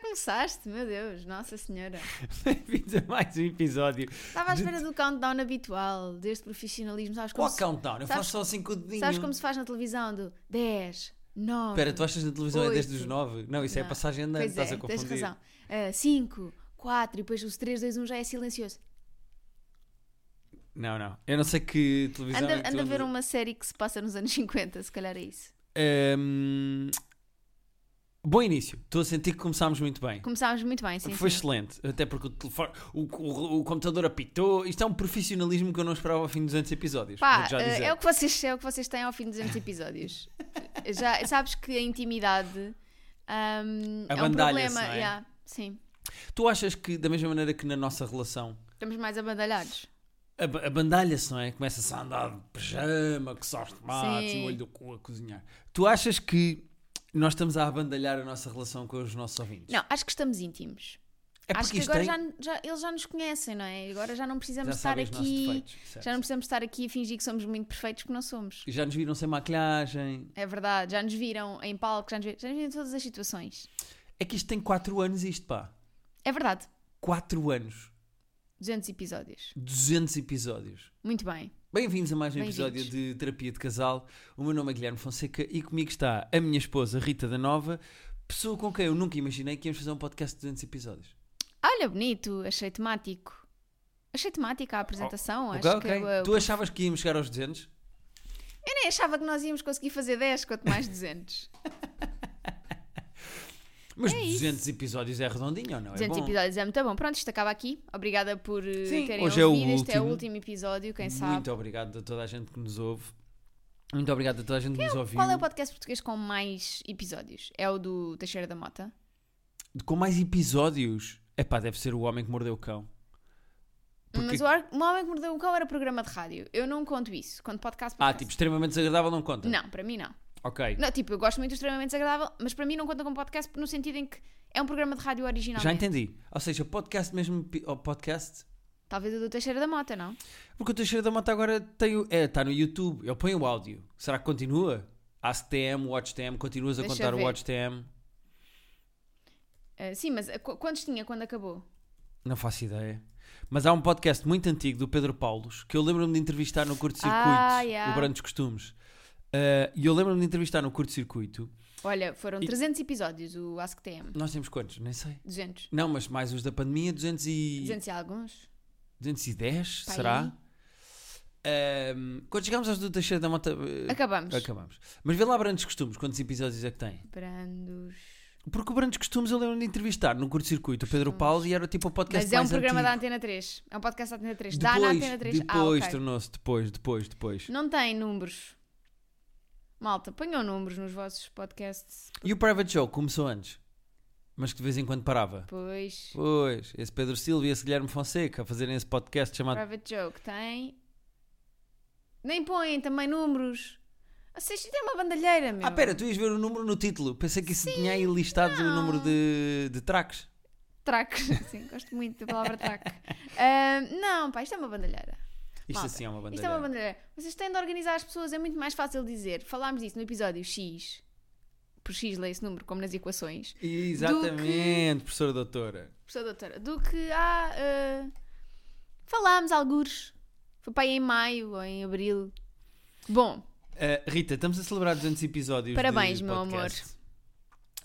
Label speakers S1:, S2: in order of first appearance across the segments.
S1: pensaste, meu Deus, Nossa Senhora.
S2: Bem-vindos a mais um episódio.
S1: Estava à
S2: De-
S1: espera do countdown habitual, deste profissionalismo. Sabes como,
S2: Qual
S1: se,
S2: countdown? Eu
S1: sabes-
S2: faço só 5 dedinhos.
S1: sabes como se faz na televisão? Do 10, 9.
S2: Espera, tu achas na televisão é desde os
S1: Oito.
S2: 9? Não, isso é a
S1: Não.
S2: passagem andante,
S1: Pois
S2: estás
S1: é,
S2: a
S1: tens
S2: confundir.
S1: razão. 5, 4, e depois os 3, 2, 1 já é silencioso.
S2: Não, não. Eu não sei que televisão é
S1: Anda,
S2: que
S1: anda a
S2: tu
S1: ver um-
S2: andas-
S1: uma série que se passa nos anos 50, se calhar é isso.
S2: Hum, Bom início. Estou a sentir que começámos muito bem.
S1: Começámos muito bem, sim.
S2: Foi
S1: sim.
S2: excelente, até porque o, telefone, o, o- o computador apitou. Isto é um profissionalismo que eu não esperava ao fim dos 200 episódios.
S1: Pá,
S2: vou-te já
S1: eh,
S2: dizer.
S1: é o, que vocês, é o que vocês têm ao fim dos 200 episódios. Já, sabes que a intimidade ahm, é um
S2: Abandalha-se,
S1: problema.
S2: não é?
S1: yeah, sim,
S2: Tu achas que, da mesma maneira que na nossa relação,
S1: estamos mais abandalhados.
S2: ab- abandalha-se, não é? Começa-se a andar de pijama, que só os tomates
S1: Sim.
S2: e o olho do cu a cozinhar. Tu achas que nós estamos a abandalhar a nossa relação com os nossos ouvintes?
S1: Não, acho que estamos íntimos.
S2: É
S1: acho que
S2: isto
S1: agora
S2: tem-
S1: já, já- eles já nos conhecem, não é? Agora já não precisamos
S2: já
S1: estar
S2: sabem os nossos
S1: aqui.
S2: defeitos, certo.
S1: Já não precisamos estar aqui a fingir que somos muito perfeitos que não somos.
S2: Já nos viram sem maquilhagem.
S1: É verdade, já nos viram em palco, já nos viram, já nos viram em todas as situações.
S2: É que isto tem 4 anos, isto pá.
S1: É verdade,
S2: 4 anos,
S1: 200 episódios.
S2: 200 episódios.
S1: Muito bem.
S2: Bem-vindos a mais um
S1: Bem-vindos.
S2: episódio de Terapia de Casal. O meu nome é Guilherme Fonseca e comigo está a minha esposa Rita da Nova, pessoa com quem eu nunca imaginei que íamos fazer um podcast de 200 episódios.
S1: Ah, Olha, bonito, achei temático. Achei temática a apresentação. acho
S2: Oh, Ok,
S1: que
S2: ok.
S1: eu, eu-
S2: tu achavas que íamos chegar aos 200?
S1: eu nem achava que nós íamos conseguir fazer 10, quanto mais 200.
S2: Mas
S1: É isso.
S2: 200 episódios é redondinho ou não?
S1: 200
S2: é bom.
S1: episódios é muito bom. Pronto, isto acaba aqui. Obrigada por eh,
S2: Sim,
S1: terem
S2: hoje é o
S1: ouvido. este é o
S2: último.
S1: último episódio, quem
S2: Muito
S1: sabe.
S2: obrigado a toda a gente que nos ouve. Muito obrigado a toda a gente que nos ouviu.
S1: Qual é o podcast português com mais episódios? É o do Teixeira da Mota?
S2: Com mais episódios. Epá, deve ser o Homem que Mordeu o Cão. Porque-
S1: Mas o, Ar... o Homem que Mordeu o Cão era programa de rádio. Eu não conto isso. Conto podcast,
S2: Ah,
S1: podcast.
S2: tipo, extremamente desagradável não conta?
S1: Não, para mim não.
S2: Ok.
S1: Não, tipo, eu gosto muito do extremamente desagradável, mas para mim não conta como podcast no sentido em que é um programa de rádio original.
S2: Já entendi. Ou seja, podcast mesmo... pi- ou Podcast...
S1: Talvez o do Teixeira da Mota, não?
S2: Porque o Teixeira da Mata agora tem o- é, está no YouTube. Eu ponho o áudio. Será que continua? AskTM, WatchTM, continuas a
S1: Deixa
S2: contar o
S1: ver.
S2: WatchTM?
S1: Ah, sim, mas ah, qu- quantos tinha quando acabou?
S2: Não faço ideia. Mas há um podcast muito antigo do Pedro Paulos que eu lembro-me de entrevistar no curto-circuito,
S1: Ah, yeah.
S2: o Brandos Costumes. Ah, E eu lembro-me de entrevistar no curto-circuito.
S1: Olha, foram 300 episódios o AskTM.
S2: Nós temos quantos? Nem sei.
S1: 200.
S2: Não, mas mais os da pandemia, 200 e...
S1: 200 e alguns?
S2: 210,
S1: Pá,
S2: será?
S1: aí.
S2: Ah, quando chegamos aos do Teixeira da Mata... ah,
S1: Acabamos.
S2: Acabamos. Mas vê lá Brandos Costumes, quantos episódios é que tem?
S1: Brandos.
S2: Porque o Brandos Costumes eu lembro de entrevistar no curto-circuito o Pedro Paulo e era tipo o podcast
S1: Mas é um
S2: mais
S1: programa da
S2: antigo.
S1: Antena 3. É um podcast da Antena 3.
S2: Depois,
S1: Dá na Antena 3.
S2: depois
S1: ah, ok.
S2: tornou-se, depois, depois, depois.
S1: Não tem números. Malta, ponham números nos vossos podcasts.
S2: E o Private Show começou antes, mas que de vez em quando parava.
S1: Pois.
S2: Pois, esse Pedro Silva e esse Guilherme Fonseca a fazerem esse podcast chamado...
S1: Private Joke tem. Nem põem também números. Ah, Vocês têm é uma bandalheira, meu.
S2: Ah, pera, tu ias ver o número no título. Pensei que isso tinha aí listado o
S1: não.
S2: número de, de tracks.
S1: Traque. Sim, gosto muito da palavra traque. Ah, não, pá, isto é uma bandalheira.
S2: Isto
S1: Malta,
S2: assim é uma bandeira.
S1: Isto é uma bandeira. Vocês têm de organizar as pessoas, é muito mais fácil dizer. Falámos disso no episódio X, por X lê esse número, como nas equações.
S2: Exatamente, professora doutora.
S1: Professora doutora, do que há. ah, falámos algures. Foi para aí em maio ou em abril. Bom,
S2: Ah, Rita, estamos a celebrar 200 episódios
S1: Parabéns,
S2: de
S1: meu
S2: podcast.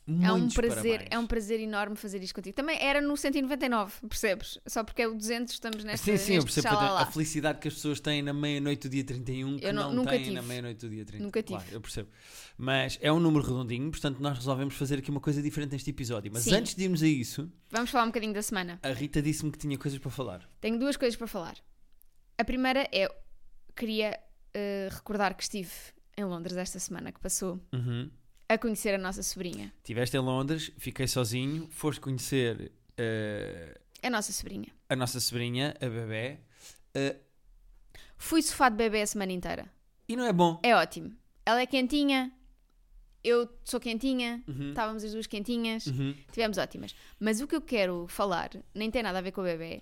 S1: é um
S2: Muitos
S1: prazer,
S2: parabéns.
S1: é um prazer enorme fazer isto contigo. Também era no 199, percebes? Só porque é o 200, estamos nesta
S2: Sim, sim, eu percebo
S1: neste
S2: perfeitamente.
S1: xalala.
S2: a felicidade que as pessoas têm na meia-noite do dia 31 que
S1: Eu não-
S2: não,
S1: nunca
S2: têm
S1: tive.
S2: na meia-noite do dia 31.
S1: Nunca
S2: Claro,
S1: tive.
S2: eu percebo. Mas é um número redondinho, portanto nós resolvemos fazer aqui uma coisa diferente neste episódio. Mas
S1: Sim.
S2: antes de irmos a isso,
S1: Vamos falar um bocadinho da semana.
S2: a Rita disse-me que tinha coisas para falar.
S1: Tenho duas coisas para falar. A primeira é, queria eh, recordar que estive em Londres esta semana que passou
S2: Uhum.
S1: a conhecer a nossa sobrinha.
S2: Estiveste em Londres, fiquei sozinho, foste conhecer eh,
S1: A nossa sobrinha.
S2: a nossa sobrinha, a bebê,
S1: Fui sofá de bebê a semana inteira.
S2: e não é bom.
S1: É ótimo. Ela é quentinha, eu sou quentinha,
S2: Uhum.
S1: estávamos as duas quentinhas,
S2: Uhum.
S1: tivemos ótimas. Mas o que eu quero falar, nem tem nada a ver com o bebê,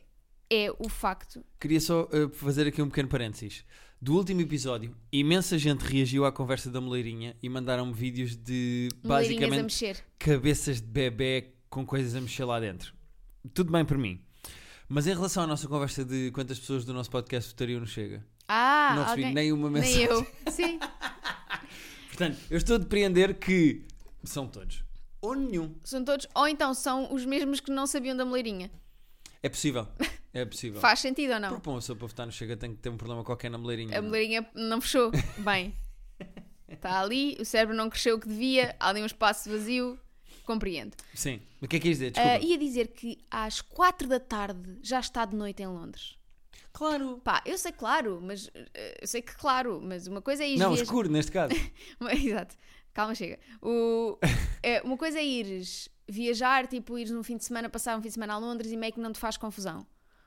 S1: é o facto.
S2: Queria só eh, fazer aqui um pequeno parênteses. Do último episódio, imensa gente reagiu à conversa da moleirinha e mandaram-me vídeos de
S1: Moleirinhas um a
S2: basicamente
S1: mexer.
S2: cabeças de bebê com coisas a mexer lá dentro. Tudo bem por mim. Mas em relação à nossa conversa de quantas pessoas do nosso podcast votariam no Chega,
S1: Ah,
S2: não recebi
S1: alguém...
S2: nenhuma
S1: Nem
S2: mensagem.
S1: eu. Sim.
S2: Portanto, eu estou a depreender que são todos. Ou nenhum.
S1: São todos. Ou então são os mesmos que não sabiam da moleirinha.
S2: É possível. É possível.
S1: Faz sentido ou não?
S2: Porque para uma pessoa para votar no Chega tem que ter um problema qualquer na moleirinha.
S1: A
S2: não é?
S1: moleirinha não fechou. Bem. Está ali, o cérebro não cresceu o que devia, há ali um espaço vazio. Compreendo.
S2: Sim. O que é que quis dizer? Desculpa.
S1: Ah, ia dizer que às 4 da tarde já está de noite em Londres.
S2: Claro.
S1: Pá, eu sei claro, mas eh, eu sei que claro, mas uma coisa é ir
S2: Não, escuro neste caso.
S1: Exato. Calma, chega. O- é, uma coisa é ires viajar, tipo, ires num fim de semana, passar um fim de semana a Londres e meio que não te faz confusão.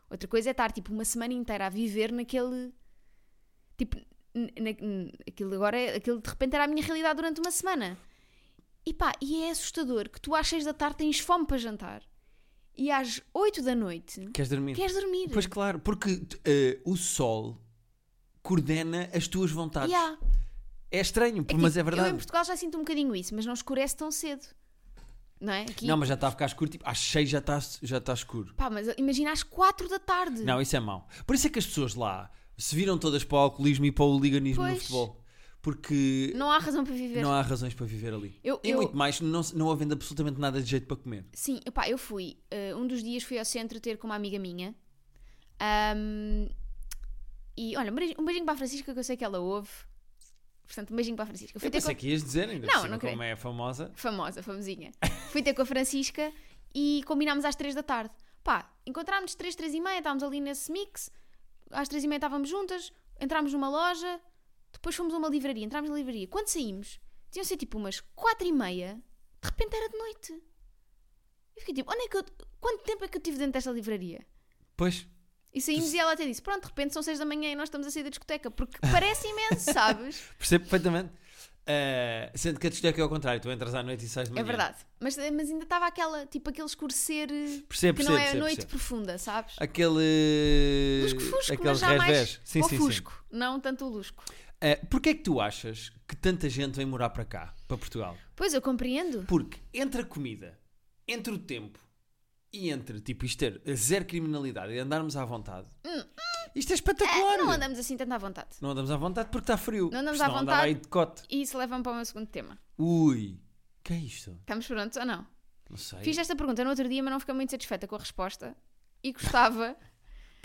S1: Outra coisa é estar, tipo, uma semana inteira a viver naquele. Tipo, n- na- n- aquilo agora, é- aquilo de repente era a minha realidade durante uma semana. E pá, e é assustador que tu às seis da tarde tens fome para jantar e às oito da noite
S2: Queres dormir?
S1: queres dormir.
S2: Pois claro, porque t- eh, o sol coordena as tuas vontades.
S1: Yeah.
S2: É estranho,
S1: É que,
S2: mas é
S1: tipo, Eu em
S2: verdade.
S1: Portugal já sinto um bocadinho isso, mas não escurece tão cedo. Não é? Aqui,
S2: Não, mas já está a ficar escuro, tipo, às 6 já está, já está escuro.
S1: Pá, mas imagina às 4 da tarde.
S2: Não, isso é mau. Por isso é que as pessoas lá se viram todas para o alcoolismo e para o liganismo no
S1: Pois.
S2: futebol. Porque
S1: Não há razão para viver.
S2: não há razões para viver ali.
S1: Eu-
S2: e
S1: eu-
S2: muito mais, não, se- não havendo absolutamente nada de jeito para comer.
S1: Sim, pá, eu fui. eh, um dos dias fui ao centro ter com uma amiga minha. Ahm, e olha, um beijinho, um beijinho para a Francisca, que eu sei que ela ouve. Portanto, um beijinho para a Francisca.
S2: Eu
S1: ter
S2: pensei
S1: com-
S2: que ias dizer ainda,
S1: Não,
S2: por cima,
S1: não queria.
S2: como é famosa.
S1: Famosa, famosinha. Fui ter com a Francisca e combinámos às 3 da tarde. Pá, encontrámos 3, 3 e meia, estávamos ali nesse mix. Às 3 e meia estávamos juntas, entrámos numa loja, depois fomos a uma livraria, entrámos na livraria. Quando saímos, tinham ser tipo umas 4 e meia, de repente era de noite. Eu fiquei tipo, onde é que eu... Quanto tempo é que eu tive dentro desta livraria?
S2: Pois,
S1: E saímos e ela até disse, pronto, de repente são 6 da manhã e nós estamos a sair da discoteca, porque parece imenso, sabes?
S2: percebo perfeitamente. Eh, sendo que a discoteca é ao contrário, tu entras à noite e sais de
S1: É
S2: manhã.
S1: verdade. Mas, mas ainda estava aquela, tipo, aquele escurecer... eh,
S2: Percebo,
S1: que
S2: percebo,
S1: não é a
S2: percebo,
S1: noite
S2: percebo.
S1: profunda, sabes?
S2: Aquele.
S1: Lusco-fusco,
S2: aquele
S1: mas já mais
S2: resvés. Sim,
S1: para o
S2: sim, sim.
S1: fusco, não tanto o lusco.
S2: Uh, Porquê é que tu achas que tanta gente vem morar para cá, para Portugal?
S1: Pois, eu compreendo.
S2: Porque entre a comida, entre o tempo e entre, tipo, isto ter zero criminalidade e andarmos à vontade, isto é espetacular!
S1: Não andamos assim tanto à vontade.
S2: Não andamos à vontade porque está frio.
S1: Não andamos
S2: Porque
S1: à
S2: senão andava
S1: vontade.
S2: aí de cote.
S1: E isso leva-me para o meu segundo tema.
S2: Ui, que é isto?
S1: Estamos prontos ou não?
S2: Não sei.
S1: Fiz esta pergunta no outro dia, mas não fiquei muito satisfeita com a resposta. E gostava...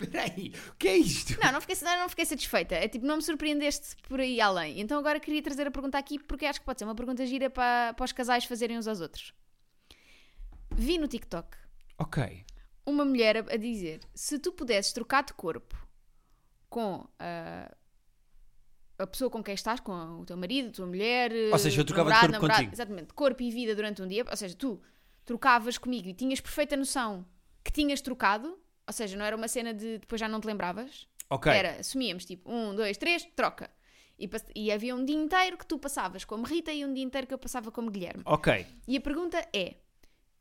S2: Espera aí, o que é isto?
S1: Não, não fiquei, não, não fiquei satisfeita. É tipo, não me surpreendeste por aí além. Então agora queria trazer a pergunta aqui porque acho que pode ser uma pergunta gira para, para os casais fazerem uns aos outros. Vi no TikTok
S2: Ok.
S1: uma mulher a, a dizer: se tu pudesses trocar de corpo com ah, a pessoa com quem estás, com o teu marido, a tua mulher,
S2: Ou seja, eu
S1: eh,
S2: trocava de
S1: namorado,
S2: corpo
S1: namorado,
S2: contigo.
S1: Exatamente, corpo e vida durante um dia, ou seja, tu trocavas comigo e tinhas perfeita noção que tinhas trocado, ou seja, não era uma cena de depois já não te lembravas,
S2: Ok.
S1: era, assumíamos tipo, um, dois, três, troca. E, pass- e havia um dia inteiro que tu passavas como Rita e um dia inteiro que eu passava como Guilherme.
S2: Ok.
S1: E a pergunta é: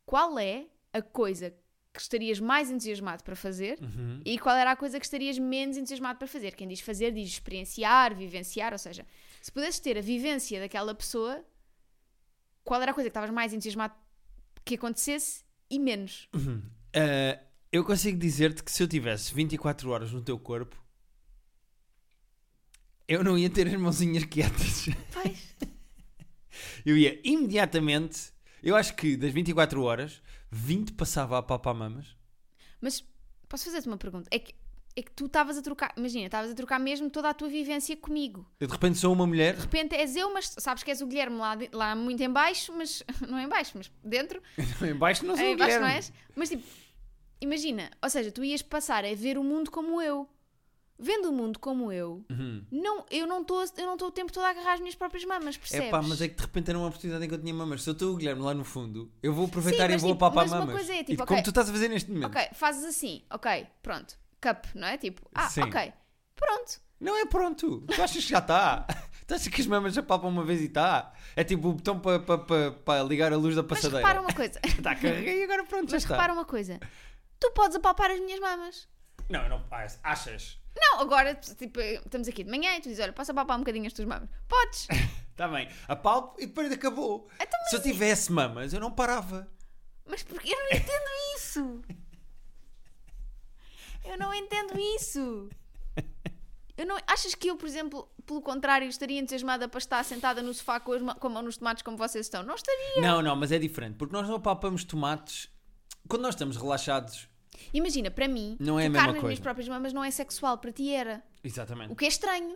S1: qual é a coisa que estarias mais entusiasmado para fazer
S2: Uhum.
S1: e qual era a coisa que estarias menos entusiasmado para fazer? Quem diz fazer, diz experienciar, vivenciar, ou seja, se pudesses ter a vivência daquela pessoa, qual era a coisa que estavas mais entusiasmado que acontecesse e menos?
S2: Uh, eu consigo dizer-te que se eu tivesse 24 horas no teu corpo, eu não ia ter as mãozinhas quietas.
S1: Pois.
S2: Eu ia imediatamente. Eu acho que das 24 horas, 20 passava a papar mamas.
S1: Mas posso fazer-te uma pergunta? É que, é que tu estavas a trocar, imagina, estavas a trocar mesmo toda a tua vivência comigo.
S2: Eu de repente sou uma mulher.
S1: De repente és eu, mas sabes que és o Guilherme lá, de- lá muito em baixo, mas não é em baixo, mas dentro.
S2: Em baixo não sou
S1: Em
S2: um Guilherme.
S1: baixo É, não és? Mas tipo, imagina, ou seja, tu ias passar a ver o mundo como eu. Vendo o mundo como eu,
S2: Uhum.
S1: não, eu não estou eu não estou o tempo todo a agarrar as minhas próprias mamas, percebes?
S2: É pá, mas é que de repente era uma oportunidade em que eu tinha mamas. Se eu estou o Guilherme lá no fundo, eu vou
S1: Sim,
S2: aproveitar e
S1: mas
S2: vou
S1: tipo,
S2: a papar
S1: mas uma
S2: mamas.
S1: coisa é,
S2: E
S1: tipo,
S2: como
S1: ok.
S2: tu estás a fazer neste momento.
S1: Ok, fazes assim, ok, pronto, cup, não é? Tipo, ah,
S2: Sim.
S1: ok, pronto.
S2: Não é pronto. Tu achas que já está? tu achas que as mamas já papam uma vez e está? É tipo o botão para pa, pa- pa ligar a luz da
S1: Mas
S2: passadeira.
S1: repara uma coisa.
S2: Está carreguei e agora pronto, já
S1: Mas
S2: está.
S1: repara uma coisa. Tu podes apalpar as minhas mamas.
S2: Não, eu não. ah, Achas?
S1: Não, agora, tipo, estamos aqui de manhã e tu dizes, olha, posso apalpar um bocadinho as tuas mamas? Podes.
S2: Tá Está bem. Apalpo e depois acabou.
S1: Então,
S2: Se eu tivesse mamas, eu não parava.
S1: Mas porque eu não entendo isso? Eu não entendo isso. Eu não, achas que eu, por exemplo, pelo contrário, estaria entusiasmada para estar sentada no sofá com, as ma- com a mão nos tomates como vocês estão? Não estaria.
S2: Não, não, mas é diferente, porque nós não papamos tomates quando nós estamos relaxados.
S1: Imagina, para mim,
S2: Não é a mesma
S1: tocar nas minhas
S2: coisa.
S1: próprias mamas não é sexual, para ti era.
S2: Exatamente.
S1: O que é estranho.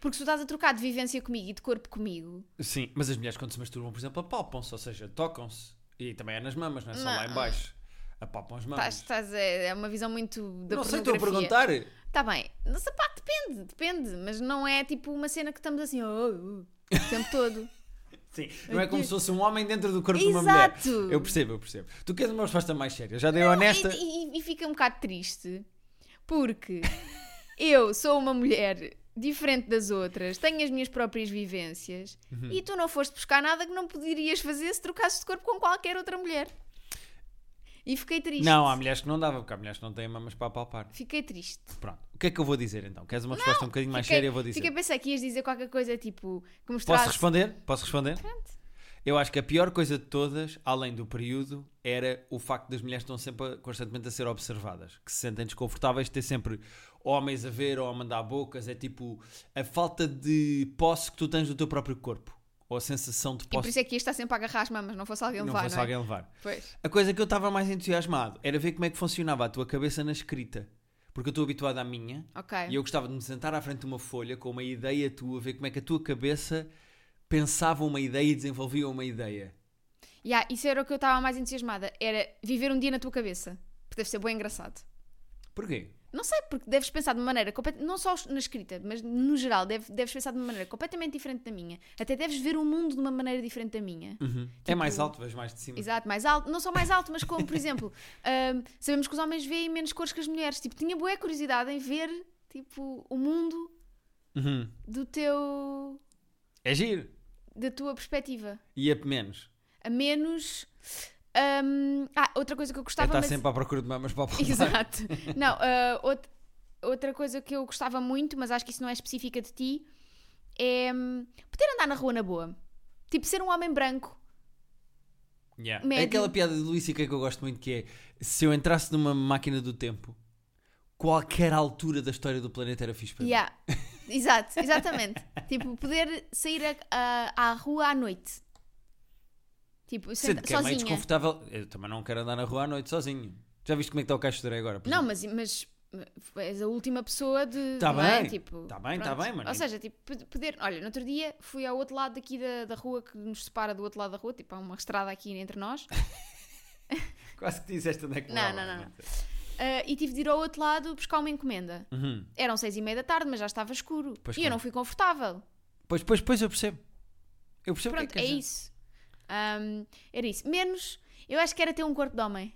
S1: Porque se tu estás a trocar de vivência comigo e de corpo comigo,
S2: Sim, mas as mulheres quando se masturbam, por exemplo, apalpam-se, ou seja, tocam-se. E também é nas mamas, não é só lá em
S1: Não.
S2: baixo. Apalpam as mamas.
S1: estás, estás a- é uma visão muito da
S2: não sei, estou a
S1: pornografia.
S2: perguntar.
S1: Tá bem. Não sei, pá, depende, depende. Mas não é tipo uma cena que estamos assim, oh, oh, o tempo todo.
S2: Sim, não é como se fosse um homem dentro do corpo de uma mulher.
S1: Exato.
S2: Eu percebo, eu percebo. Tu queres uma resposta mais séria? Já dei honesta.
S1: E, e- e fica um bocado triste porque eu sou uma mulher diferente das outras, tenho as minhas próprias vivências
S2: Uhum.
S1: e tu não foste buscar nada que não poderias fazer se trocasses de corpo com qualquer outra mulher. E fiquei triste.
S2: Não, há mulheres que não dava, porque há mulheres que não têm mamas para apalpar.
S1: Fiquei triste.
S2: Pronto. O que é que eu vou dizer então? Queres uma resposta um bocadinho mais séria? Eu vou dizer.
S1: Fiquei a pensar que ias dizer qualquer coisa tipo que
S2: Posso
S1: mostrasse.
S2: responder? Posso responder? Eu acho que a pior coisa de todas, além do período, era o facto das mulheres estão sempre a- constantemente a ser observadas, que se sentem desconfortáveis de ter sempre homens a ver ou a mandar bocas, é tipo a falta de posse que tu tens do teu próprio corpo, ou a sensação de
S1: E por
S2: posse
S1: isso é que ias estar sempre a agarrar as mamas, não fosse alguém
S2: não
S1: levar,
S2: fosse
S1: não é?
S2: alguém levar.
S1: Pois.
S2: A coisa que eu estava mais entusiasmado era ver como é que funcionava a tua cabeça na escrita, porque eu estou habituado à minha,
S1: Ok.
S2: e eu gostava de me sentar à frente de uma folha com uma ideia tua, ver como é que a tua cabeça pensava uma ideia e desenvolvia uma ideia.
S1: Yeah, isso era o que eu estava mais entusiasmada. Era viver um dia na tua cabeça. Porque deve ser bem engraçado.
S2: Porquê?
S1: Não sei, porque deves pensar de uma maneira complet- não só na escrita, mas no geral, deve- deves pensar de uma maneira completamente diferente da minha. Até deves ver o mundo de uma maneira diferente da minha.
S2: É mais
S1: Tipo-
S2: alto, vejo mais de cima.
S1: Exato, mais alto, não só mais alto, mas como, por exemplo, ahm, sabemos que os homens veem menos cores que as mulheres. Tipo, tinha boa curiosidade em ver, tipo, o mundo
S2: Uhum.
S1: do teu.
S2: É giro.
S1: da tua perspectiva.
S2: E é menos.
S1: A menos. ahm, ah, outra coisa que eu
S2: É
S1: gostava.
S2: estar
S1: mas-
S2: sempre à procura de mamas para apontar.
S1: Exato. Não, ah, out- outra coisa que eu gostava muito, mas acho que isso não é específica de ti, é hum, poder andar na rua na boa. Tipo, ser um homem branco.
S2: Yeah. É
S1: Médio.
S2: aquela piada de Luís C.K. que eu gosto muito que é se eu entrasse numa máquina do tempo, qualquer altura da história do planeta era fixe para mim.
S1: Yeah. Exato, exatamente. tipo, poder sair a- a- à rua à noite. Tipo,
S2: Sendo
S1: senta-
S2: que é meio
S1: sozinha.
S2: desconfortável. Eu também não quero andar na rua à noite sozinho. Já viste como é que está o caixo de areia agora? por
S1: Não,
S2: exemplo?
S1: mas, mas és a última pessoa de.
S2: Tá
S1: não é?
S2: bem,
S1: Tipo,
S2: tá bem, tá
S1: pronto.
S2: bem, mano.
S1: Ou seja, tipo, pod- poder. Olha, no outro dia fui ao outro lado daqui da, da rua que nos separa do outro lado da rua, tipo, há uma estrada aqui entre nós.
S2: Quase que disseste onde é que
S1: Não,
S2: morava,
S1: não, não, Ah, e tive de ir ao outro lado buscar uma encomenda.
S2: Uhum.
S1: Eram seis e meia da tarde, mas já estava escuro.
S2: Pois
S1: e eu
S2: claro.
S1: não fui confortável.
S2: Pois, pois, pois, eu percebo. Eu percebo o
S1: Pronto,
S2: que é,
S1: é
S2: que quer dizer.
S1: isso. Ahm, era isso. Menos, eu acho que era ter um corpo de homem.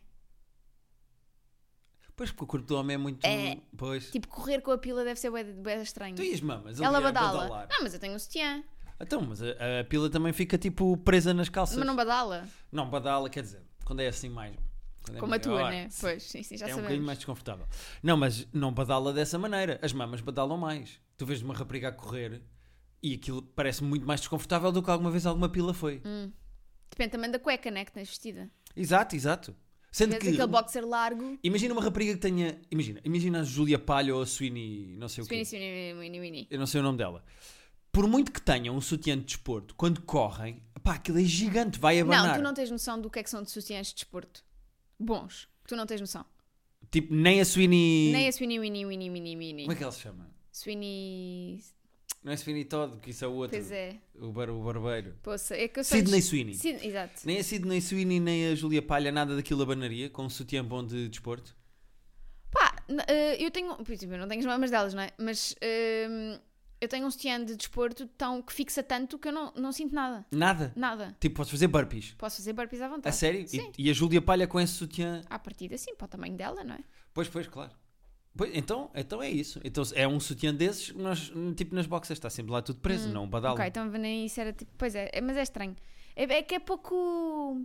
S2: Pois, porque o corpo do homem é muito.
S1: É.
S2: Pois.
S1: Tipo, correr com a pila deve ser bué de- bué estranho.
S2: Tu e as mamas?
S1: Ela
S2: ali a
S1: badala.
S2: badalar.
S1: Não, mas eu tenho um sutiã.
S2: Então, mas a, a pila também fica tipo presa nas calças.
S1: Mas não badala.
S2: Não, badala, quer dizer, quando é assim mais. quando é
S1: Como a
S2: maior,
S1: tua, né?
S2: sim,
S1: Pois, sim, sim,
S2: é
S1: já
S2: um
S1: sabemos.
S2: bocadinho mais desconfortável. Não, mas não badala dessa maneira. As mamas badalam mais. Tu vês uma rapariga a correr e aquilo parece muito mais desconfortável do que alguma vez alguma pila foi.
S1: Hum. Depende também da cueca, né? Que tens vestida.
S2: Exato, exato. Sendo
S1: Tens
S2: que.
S1: aquele boxer largo.
S2: Imagina uma rapariga que tenha. Imagina, imagina a Júlia Palha ou a Sweeney, não sei
S1: Spinny,
S2: o quê.
S1: spinny, mini, mini, mini.
S2: Eu não sei o nome dela. Por muito que tenham um sutiã de desporto, quando correm, pá, aquilo é gigante, vai abanar.
S1: Não, tu não tens noção do que é que são de sutiãs de desporto. Bons. Tu não tens noção.
S2: Tipo, nem a Sweeney.
S1: Nem a Sweeney Winnie Winnie Winnie Winnie.
S2: Como é que ela se chama?
S1: Sweeney.
S2: Não é Sweeney Todd, porque isso é o outro.
S1: Pois é.
S2: O, bar- o barbeiro.
S1: Poça, é que eu sou.
S2: Sidney Sweeney.
S1: Sid- Exato.
S2: Nem a Sidney Sweeney, nem a Julia Palha, nada daquilo abanaria, com um sutiã bom de desporto.
S1: Pá, n- eh, eu tenho. Por exemplo, eu não tenho as mamas delas, não é? Mas ehm, eu tenho um sutiã de desporto tão, que fixa tanto que eu não, não sinto nada.
S2: Nada.
S1: Nada.
S2: Tipo, podes fazer burpees.
S1: Posso fazer burpees à
S2: A
S1: vontade.
S2: sério? E-
S1: Tá. Sim.
S2: E, a Julia Palha com esse sutiã.
S1: À partida, sim, para o tamanho dela, não é?
S2: Pois, pois, claro. Pois, então, então é isso. Então, é um sutiã desses, nós, tipo nas boxas, está sempre lá tudo preso, não um badalo.
S1: Ok, então nem isso era tipo. Pois é, é- mas é estranho. É, é que é pouco.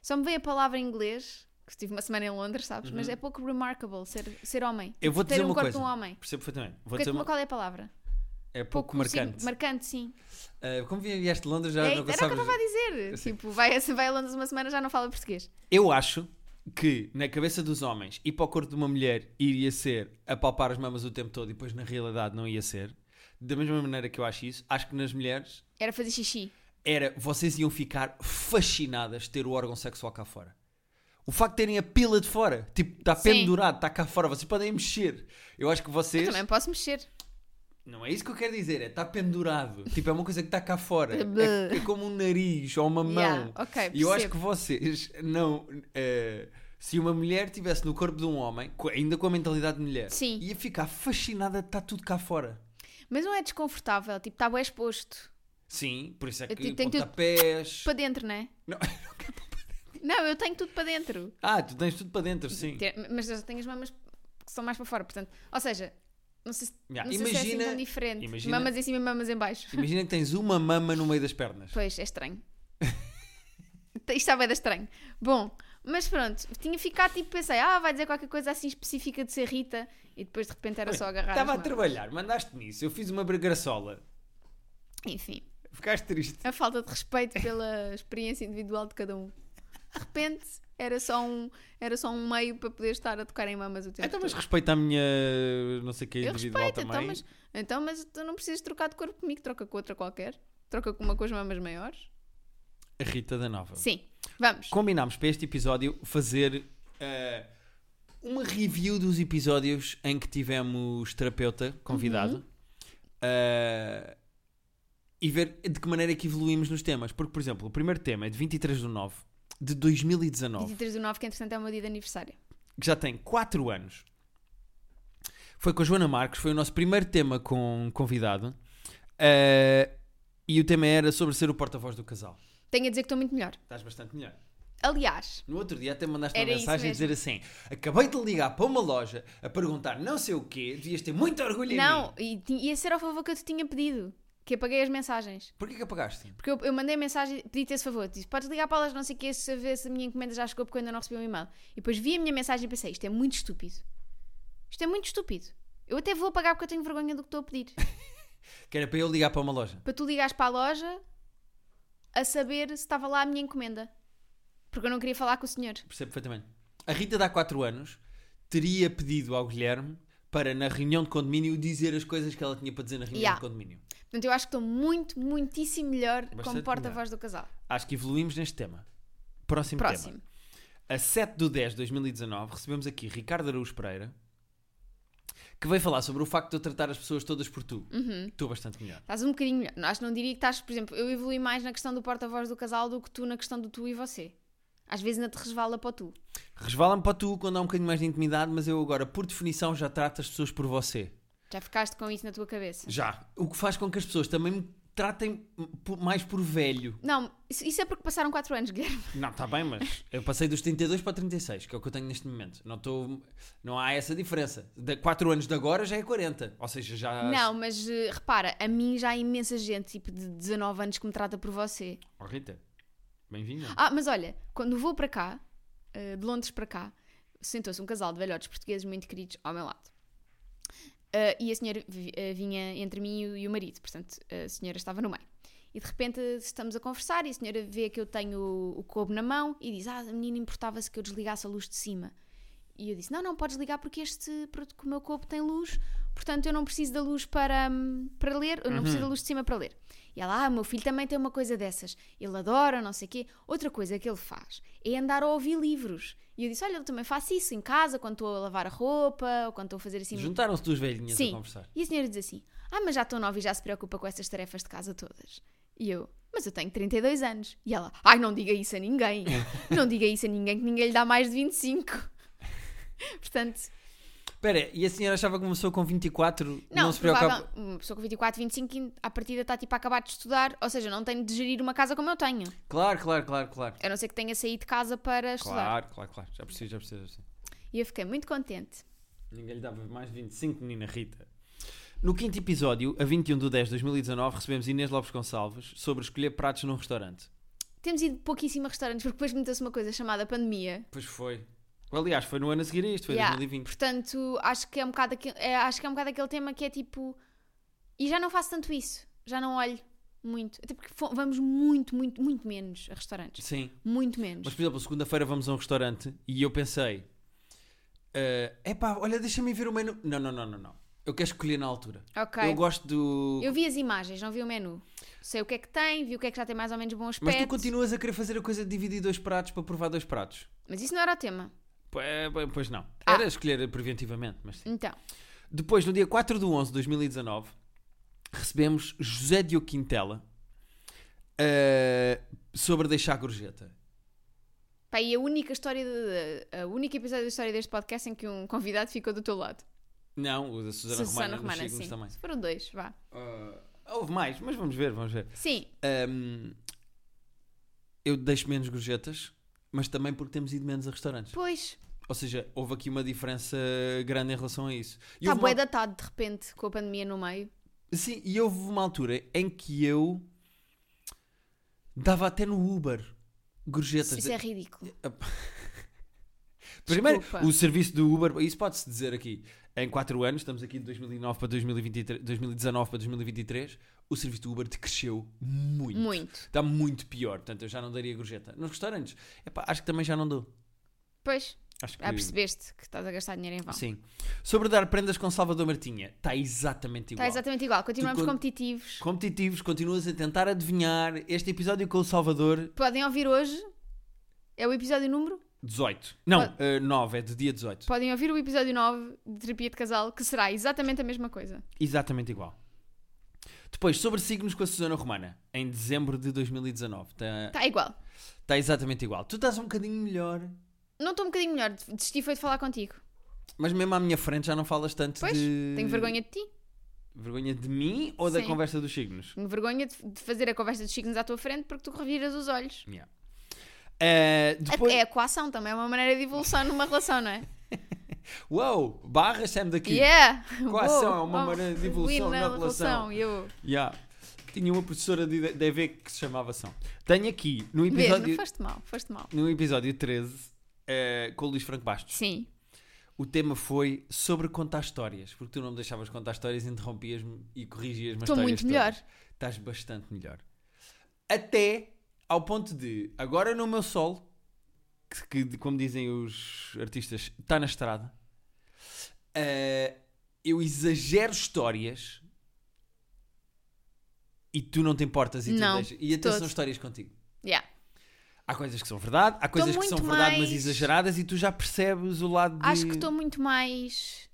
S1: Só me veio a palavra em inglês, que estive uma semana em Londres, sabes? Mas é pouco remarkable ser, ser homem.
S2: Uhum. Eu vou
S1: ter
S2: dizer
S1: um
S2: uma
S1: corpo
S2: coisa.
S1: de um homem.
S2: Percebo perfeitamente. Vou
S1: Porque,
S2: dizer uma...
S1: Qual é a é palavra?
S2: É pouco, marcante.
S1: Sim, marcante, sim.
S2: Ah, como vieste de Londres, já
S1: É,
S2: não
S1: era o que eu
S2: pensavas...
S1: estava a dizer.
S2: sei.
S1: Tipo, vai, se vai a Londres uma semana já não fala português.
S2: Eu acho que na cabeça dos homens e para o corpo de uma mulher iria ser apalpar as mamas o tempo todo e depois na realidade não ia ser. Da mesma maneira que eu acho isso, acho que nas mulheres
S1: Era fazer xixi.
S2: era vocês iam ficar fascinadas de ter o órgão sexual cá fora. O facto de terem a pila de fora, tipo, está
S1: Sim.
S2: pendurado, está cá fora, vocês podem mexer. Eu acho que vocês.
S1: Eu também posso mexer.
S2: Não é isso que eu quero dizer, é está pendurado. Tipo, é uma coisa que está cá fora.
S1: Bleh.
S2: É, é como um nariz ou uma mão.
S1: Yeah, ok,
S2: e eu acho
S1: percebo.
S2: que vocês não. eh, se uma mulher estivesse no corpo de um homem, co- ainda com a mentalidade de mulher,
S1: Sim.
S2: ia ficar fascinada de estar tudo cá fora.
S1: Mas não é desconfortável, tipo, está bem exposto.
S2: Sim, por isso é
S1: Eu
S2: que
S1: te- tenho tudo
S2: pontapés.
S1: Para dentro, não é?
S2: Não.
S1: Não, eu tenho tudo para dentro.
S2: Ah, tu tens tudo para dentro, sim.
S1: Ter- Mas eu tenho as mamas que são mais para fora, portanto. Ou seja, não sei se,
S2: Yeah,
S1: não sei se é assim tão
S2: imagina-
S1: diferente.
S2: imagina-
S1: Mamas em cima e mamas em baixo.
S2: Imagina que tens uma mama no meio das pernas.
S1: Pois, é estranho. Isto está bem estranho. Bom, mas pronto, tinha ficado tipo, pensei, ah, vai dizer qualquer coisa assim específica de ser Rita e depois de repente era só agarrar. as
S2: Estava a
S1: mamas.
S2: trabalhar, mandaste-me isso, eu fiz uma bragaçola.
S1: Enfim,
S2: Ficaste triste.
S1: a falta de respeito pela experiência individual de cada um. De repente era só um, era só um meio para poder estar a tocar em mamas o tempo.
S2: Então,
S1: todo.
S2: mas respeita a minha não sei que
S1: É Eu
S2: individual
S1: respeito,
S2: também.
S1: então mas, então, mas tu não precisas trocar de corpo comigo, troca com outra qualquer. Troca com uma com as mamas maiores.
S2: A Rita da Nova.
S1: Sim, vamos.
S2: Combinámos para este episódio fazer eh, uma review dos episódios em que tivemos terapeuta convidado Eh, e ver de que maneira é que evoluímos nos temas. Porque, por exemplo, o primeiro tema é de 23 de 9 de 2019,
S1: 23 do 9, que entretanto é o meu dia de aniversário.
S2: que já tem 4 anos. Foi com a Joana Marques, foi o nosso primeiro tema com um convidado. Eh, e o tema era sobre ser o porta-voz do casal.
S1: Tenho a dizer que estou muito melhor.
S2: Estás bastante melhor.
S1: Aliás,
S2: No outro dia até mandaste
S1: Era
S2: uma
S1: isso
S2: mensagem a dizer assim: acabei de ligar para uma loja a perguntar não sei o quê, devias ter muito orgulho em mim.
S1: não, e ti- ia ser ao favor que eu te tinha pedido, que apaguei as mensagens.
S2: Porquê que apagaste?
S1: Porque eu, eu mandei a mensagem, pedi-te esse favor, disse, podes ligar para elas, não sei o que, se ver se a minha encomenda já chegou porque eu ainda não recebi um e-mail. E depois vi a minha mensagem e pensei, isto é muito estúpido. Isto é muito estúpido. Eu até vou apagar porque eu tenho vergonha do que estou a pedir.
S2: Que era para eu ligar para uma loja.
S1: para tu ligares para a loja a saber se estava lá a minha encomenda. Porque eu não queria falar com o senhor.
S2: Percebo perfeitamente. A Rita, de há 4 anos, teria pedido ao Guilherme para, na reunião de condomínio, dizer as coisas que ela tinha para dizer na reunião
S1: Yeah.
S2: de condomínio.
S1: Portanto, eu acho que estou muito, muitíssimo melhor como
S2: Bastante
S1: porta-voz do casal.
S2: Acho que evoluímos neste tema. Próximo,
S1: Próximo.
S2: tema. A 7 de 10 de 2019, recebemos aqui Ricardo Araújo Pereira, que veio falar sobre o facto de eu tratar as pessoas todas por tu.
S1: Uhum.
S2: Estou bastante melhor.
S1: Estás um bocadinho melhor. Não, Acho que não diria que estás, por exemplo, eu evolui mais na questão do porta-voz do casal do que tu na questão do tu e você. Às vezes ainda te resvala para o tu.
S2: Resvala-me para tu quando há um bocadinho mais de intimidade, mas eu agora, por definição, já trato as pessoas por você.
S1: Já ficaste com isso na tua cabeça.
S2: Já. O que faz com que as pessoas também me tratem por- mais por velho.
S1: Não, isso, isso é porque passaram 4 anos, Guilherme.
S2: Não, está bem, mas eu passei dos 32 para 36, que é o que eu tenho neste momento. Não, estou não há essa diferença. De 4 anos de agora já é 40. Ou seja, já.
S1: Não, mas eh, repara, a mim já há imensa gente, tipo de 19 anos, que me trata por você.
S2: Oh, Rita, bem-vinda.
S1: Ah, mas olha, quando vou para cá, eh, de Londres para cá, sentou-se um casal de velhotes portugueses muito queridos ao meu lado. Eh, e a senhora vi- eh, vinha entre mim e o- e o marido, portanto, a senhora estava no meio. E de repente eh, estamos a conversar e a senhora vê que eu tenho o, o coubo na mão e diz: Ah, a menina importava-se que eu desligasse a luz de cima. E eu disse: Não, não, podes ligar porque este, porque o meu coubo tem luz, portanto eu não preciso da luz para, hum, para ler, eu não preciso da luz de cima para ler. E ela: Ah, meu filho também tem uma coisa dessas, ele adora, não sei o quê. Outra coisa que ele faz é andar a ouvir livros. E eu disse: Olha, eu também faço isso em casa, quando estou a lavar a roupa ou quando estou a fazer assim.
S2: Juntaram-se duas velhinhas
S1: Sim.
S2: a conversar.
S1: E a senhora diz assim: Ah, mas já estou nova e já se preocupa com essas tarefas de casa todas. E eu: Mas eu tenho 32 anos. E ela: Ai, não diga isso a ninguém. Não diga isso a ninguém, que ninguém lhe dá mais de 25. Portanto,
S2: Espera, e a senhora achava que começou com 24?
S1: não,
S2: Não, se preocupa.
S1: provável- uma pessoa com 24, 25, à partida está tipo a acabar de estudar, ou seja, não tenho de gerir uma casa como eu tenho.
S2: Claro, claro, claro, claro.
S1: A não ser que tenha saído de casa para estudar.
S2: Claro, claro, claro. Já preciso, já preciso. Já preciso.
S1: E eu fiquei muito contente.
S2: Ninguém lhe dava mais de 25, menina Rita. No quinto episódio, a 21 de 10 de 2019, recebemos Inês Lopes Gonçalves sobre escolher pratos num restaurante.
S1: Temos ido pouquíssimo a restaurantes, porque depois meteu-se uma coisa chamada pandemia.
S2: Pois foi. Aliás, foi no ano a seguir a isto, foi
S1: Yeah.
S2: 2020.
S1: Portanto, acho que é um bocado aquele, é, acho que é um bocado aquele tema que é tipo E já não faço tanto isso. Já não olho muito. Até porque fo- vamos muito, muito, muito menos a restaurantes.
S2: Sim.
S1: Muito menos.
S2: Mas, por exemplo, segunda-feira vamos a um restaurante e eu pensei: é epá, olha, deixa-me ver o menu. Não, não, não, não, não. Eu quero escolher na altura.
S1: ok.
S2: Eu gosto do.
S1: Eu vi as imagens, não vi o menu. Sei o que é que tem, vi o que é que já tem mais ou menos bom aspecto.
S2: Mas tu continuas a querer fazer a coisa de dividir dois pratos para provar dois pratos?
S1: Mas isso não era o tema.
S2: Pois, pois não.
S1: Ah.
S2: Era escolher preventivamente, mas sim.
S1: Então,
S2: Depois, no dia 4 de 11 de 2019, recebemos José Diogo Quintela eh, sobre deixar gorjeta.
S1: pá, e a única história, de, a única episódio da história deste podcast em que um convidado ficou do teu lado.
S2: Não, o da Susana,
S1: Susana
S2: Romana,
S1: Romana,
S2: nos signos
S1: sim.
S2: também.
S1: Foram dois, vá.
S2: Ah, houve mais, mas vamos ver, vamos ver.
S1: Sim,
S2: Ahm, eu deixo menos gorjetas, mas também porque temos ido menos a restaurantes.
S1: pois.
S2: Ou seja, houve aqui uma diferença grande em relação a isso. E houve
S1: Está
S2: uma-
S1: Tá bué datado de repente, com a pandemia no meio.
S2: Sim, e houve uma altura em que eu dava até no Uber gorjetas.
S1: Isso é ridículo.
S2: Primeiro,
S1: Desculpa.
S2: o serviço do Uber, isso pode-se dizer aqui, em 4 anos, estamos aqui de 2009 para 2023, 2019 para 2023, o serviço do Uber decresceu muito.
S1: Muito.
S2: Está muito pior, portanto eu já não daria gorjeta. Nos restaurantes, epá, acho que também já não dou.
S1: Pois,
S2: Acho que...
S1: já percebeste que estás a gastar dinheiro em vão.
S2: Sim. Sobre dar prendas com Salvador Martinha, está exatamente igual.
S1: Está Tá exatamente igual. Continuamos
S2: con-
S1: competitivos.
S2: Competitivos, continuas a tentar adivinhar. Este episódio com o Salvador
S1: Podem ouvir hoje. É o episódio número?
S2: 18. Não,
S1: Pode-
S2: eh, 9, é do dia 18.
S1: Podem ouvir o episódio 9 de Terapia de Casal, que será exatamente a mesma coisa.
S2: Exatamente igual. Depois, sobre signos com a Susana Romana, em dezembro de 2019. Está
S1: Está igual.
S2: tá exatamente igual. Tu estás um bocadinho melhor,
S1: Não estou um bocadinho melhor, desisti foi de falar contigo.
S2: mas mesmo à minha frente já não falas tanto
S1: Pois,
S2: de.
S1: Tenho vergonha de ti.
S2: Vergonha de mim ou da
S1: Sim.
S2: conversa dos signos?
S1: Tenho vergonha de, de fazer a conversa dos signos à tua frente porque tu reviras os olhos.
S2: Yeah. Eh,
S1: A-
S2: depois...
S1: É a coação também, é uma maneira de evolução numa relação, não é?
S2: Uau! Barra Sam daqui.
S1: Yeah!
S2: Coação
S1: Boa.
S2: é uma
S1: Oh,
S2: maneira de
S1: win
S2: evolução na relação.
S1: Eu.
S2: Yeah. Tinha uma professora de de EV que se chamava São. Tenho aqui, no
S1: Vês, não
S2: episódio,
S1: foste mal, foste mal.
S2: no episódio 13, eh, com o Luís Franco Bastos.
S1: Sim.
S2: O tema foi sobre contar histórias, porque tu não me deixavas contar histórias, interrompias-me e corrigias-me as
S1: Estou
S2: histórias.
S1: muito melhor.
S2: todas. Estás bastante melhor. Até ao ponto de, agora no meu solo, que, que, como dizem os artistas, está na estrada, eh, eu exagero histórias e tu não te importas e, tu
S1: Não,
S2: deixas- e até são
S1: todo.
S2: histórias contigo.
S1: Yeah.
S2: Há coisas que são verdade, há coisas que são
S1: muito
S2: verdade, mas
S1: mais-
S2: exageradas, e tu já percebes o lado de...
S1: Acho que estou muito mais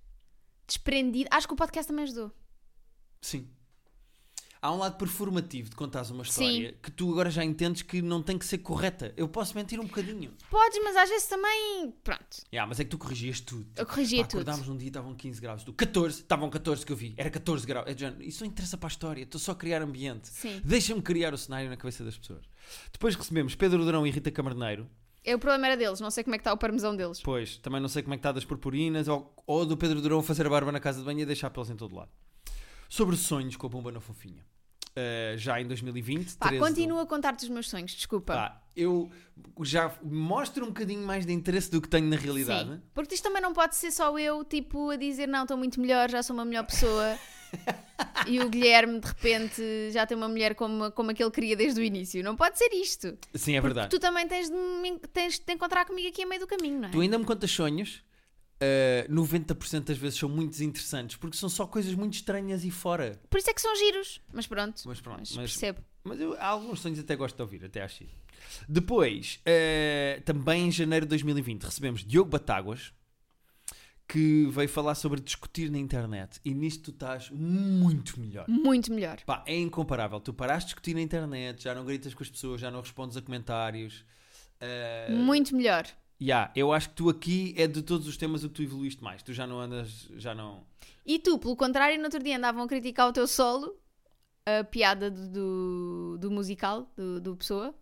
S1: desprendida. Acho que o podcast também ajudou.
S2: Sim. Há um lado performativo de contares uma história
S1: Sim.
S2: que tu agora já entendes que não tem que ser correta. Eu posso mentir um bocadinho.
S1: Podes, mas às vezes também. Pronto,
S2: Yeah, mas é que tu corrigias tudo.
S1: eu corrigia
S2: Pá,
S1: tudo.
S2: Acordámos num dia e estavam 15 graus. Tu, 14, estavam 14 que eu vi. Era 14 graus. É do género, Isso não interessa para a história. Estou só a criar ambiente.
S1: Sim.
S2: Deixa-me criar o cenário na cabeça das pessoas. Depois recebemos Pedro Durão e Rita Camarneiro.
S1: É, o problema era deles, não sei como é que está o parmesão deles.
S2: Pois, também não sei como é que está das purpurinas ou, ou do Pedro Durão fazer a barba na casa de banho e deixar pelos em todo lado. Sobre sonhos com a bomba na fofinha. Eh, já em 2020.
S1: Pá,
S2: 13 de
S1: continua a contar-te os meus sonhos, desculpa.
S2: Pá, eu já mostro um bocadinho mais de interesse do que tenho na realidade.
S1: Sim. Porque isto também não pode ser só eu, tipo, a dizer não, estou muito melhor, já sou uma melhor pessoa. e o Guilherme, de repente, já tem uma mulher como, como a que ele queria desde o início. Não pode ser isto.
S2: Sim, é verdade.
S1: Tu também tens de, me- tens de te encontrar comigo aqui a meio do caminho, não é?
S2: Tu ainda me contas sonhos. eh, 90% das vezes são muito desinteressantes porque são só coisas muito estranhas e fora.
S1: Por isso é que são giros. Mas pronto.
S2: Mas pronto,
S1: Mas
S2: mas- é-
S1: percebo.
S2: Mas eu, há alguns sonhos até gosto de ouvir, até acho. giro. Depois, eh, também em janeiro de 2020, recebemos Diogo Batáguas que veio falar sobre discutir na internet. E nisto tu estás muito melhor.
S1: Muito melhor.
S2: Pá, é incomparável. Tu paraste de discutir na internet, já não gritas com as pessoas, já não respondes a comentários. Uh,
S1: Muito melhor.
S2: yeah, eu acho que tu aqui é de todos os temas o que tu evoluíste mais. Tu já não andas, já não.
S1: E tu, pelo contrário, no outro dia andavam a criticar o teu solo, a piada do, do, do musical, do, do Pessoa,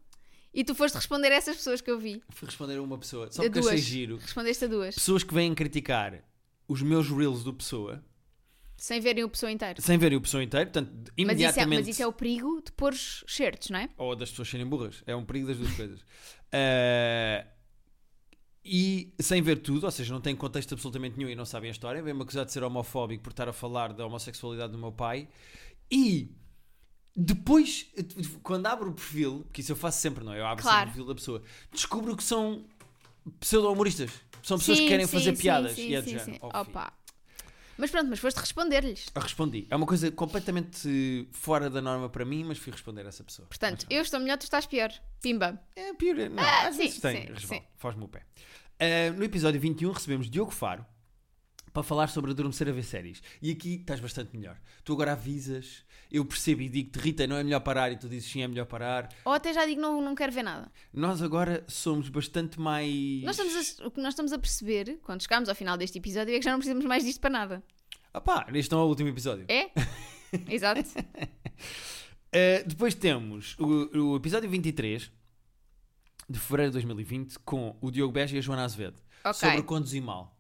S1: e tu foste responder a essas pessoas que eu vi.
S2: Fui responder a uma pessoa, só
S1: A
S2: porque achei
S1: duas.
S2: giro.
S1: Respondeste a duas,
S2: Pessoas que vêm criticar os meus reels do Pessoa,
S1: sem verem o Pessoa inteiro.
S2: sem verem o Pessoa inteiro, portanto,
S1: Mas isso, é,
S2: imediatamente.
S1: mas isso é o perigo de pôr certos, não é?
S2: Ou das pessoas serem burras. É um perigo das duas coisas. Uh, e sem ver tudo, ou seja, não tem contexto absolutamente nenhum e não sabem a história, vem-me acusar de ser homofóbico por estar a falar da homossexualidade do meu pai. E depois, quando abro o perfil, porque isso eu faço sempre, não é? Eu abro
S1: Claro.
S2: sempre o perfil da pessoa, descubro que são pseudo-humoristas. São pessoas que
S1: Sim,
S2: querem
S1: sim,
S2: fazer
S1: sim,
S2: piadas.
S1: sim,
S2: e é do
S1: sim,
S2: género.
S1: sim.
S2: "Oh, filho,
S1: Opa. Mas pronto, mas foste responder-lhes.
S2: eu Respondi. É uma coisa completamente fora da norma para mim, mas fui responder a essa pessoa.
S1: Portanto, eu estou melhor, tu estás pior. Pimba.
S2: É pior. é- Não,
S1: Ah,
S2: às
S1: sim,
S2: vezes tem
S1: sim,
S2: resvalo.
S1: sim.
S2: Faz-me o pé. Ah, no episódio 21 recebemos Diogo Faro para falar sobre adormecer a ver séries. E aqui estás bastante melhor. Tu agora avisas, eu percebo e digo-te, Rita, não é melhor parar, e tu dizes sim, é melhor parar.
S1: Ou até já digo, não, não quero ver nada.
S2: Nós agora somos bastante mais.
S1: Nós estamos a- o que nós estamos a perceber, quando chegarmos ao final deste episódio, é que já não precisamos mais disto para nada.
S2: Ah pá, este não é o último episódio.
S1: É? Exato.
S2: Ah, depois temos o, o episódio 23 de fevereiro de 2020 com o Diogo Beja e a Joana Azevedo sobre
S1: Ok.
S2: conduzir mal.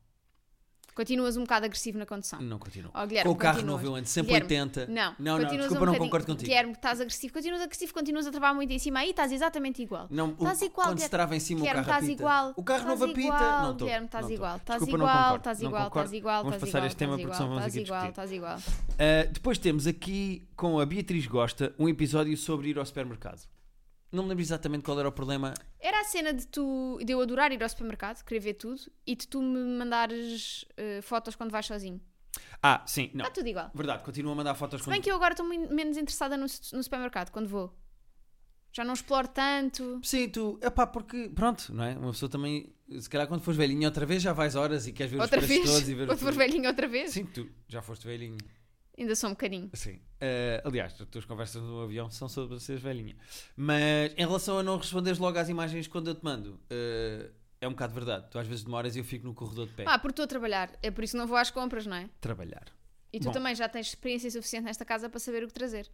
S1: Continuas um bocado agressivo na condução.
S2: Não, continua.
S1: Oh, Guilherme,
S2: Hum. Com o carro
S1: continuas.
S2: novo eu ando sempre
S1: Guilherme,
S2: 80.
S1: Não,
S2: não, não
S1: continuas
S2: desculpa,
S1: um
S2: não
S1: bocadinho-
S2: concordo contigo.
S1: Guilherme, estás agressivo, continuas agressivo, continuas a travar muito em cima aí, estás exatamente igual.
S2: Não, o-
S1: Estás igual,
S2: quando se
S1: Guilherme.
S2: trava em cima
S1: Guilherme,
S2: o carro
S1: estás
S2: apita.
S1: igual.
S2: O carro
S1: Estás
S2: novo apita.
S1: igual,
S2: não tô,
S1: Guilherme, estás
S2: não tô.
S1: igual, estás
S2: Desculpa, não
S1: igual,
S2: concordo,
S1: estás
S2: não
S1: igual,
S2: concordo.
S1: estás igual,
S2: Vamos
S1: estás
S2: passar
S1: igual,
S2: este tema
S1: estás
S2: porque
S1: igual,
S2: senão vamos
S1: estás
S2: aqui
S1: igual,
S2: discutir.
S1: estás igual.
S2: Ah, depois temos aqui com a Beatriz Gosta um episódio sobre ir ao supermercado. Não me lembro exatamente qual era o problema.
S1: Era a cena de tu de eu adorar ir ao supermercado, querer ver tudo, e de tu me mandares eh, fotos quando vais sozinho.
S2: Ah, sim, não.
S1: Está tudo igual.
S2: Verdade, continua a mandar fotos
S1: Então, Se bem
S2: quando...
S1: que eu agora estou muito menos interessada no, su- no supermercado quando vou. Já não exploro tanto.
S2: Sim, tu, é pá, porque pronto, não é? Uma pessoa também, se calhar quando fores velhinho outra vez já vais horas e queres ver
S1: Outra
S2: os preços
S1: vez.
S2: todos e ver
S1: Quando for
S2: tudo.
S1: velhinho outra vez.
S2: Sim, tu já foste velhinho.
S1: Ainda sou um bocadinho.
S2: Sim. Eh, aliás, as tuas conversas no avião são sobre seres velhinha. Mas em relação a não responderes logo às imagens quando eu te mando, eh, é um bocado verdade. Tu às vezes demoras e eu fico no corredor de pé
S1: Ah, porque estou a trabalhar. É por isso que não vou às compras, não é?
S2: trabalhar.
S1: E tu
S2: Bom.
S1: também já tens experiência suficiente nesta casa para saber o que trazer.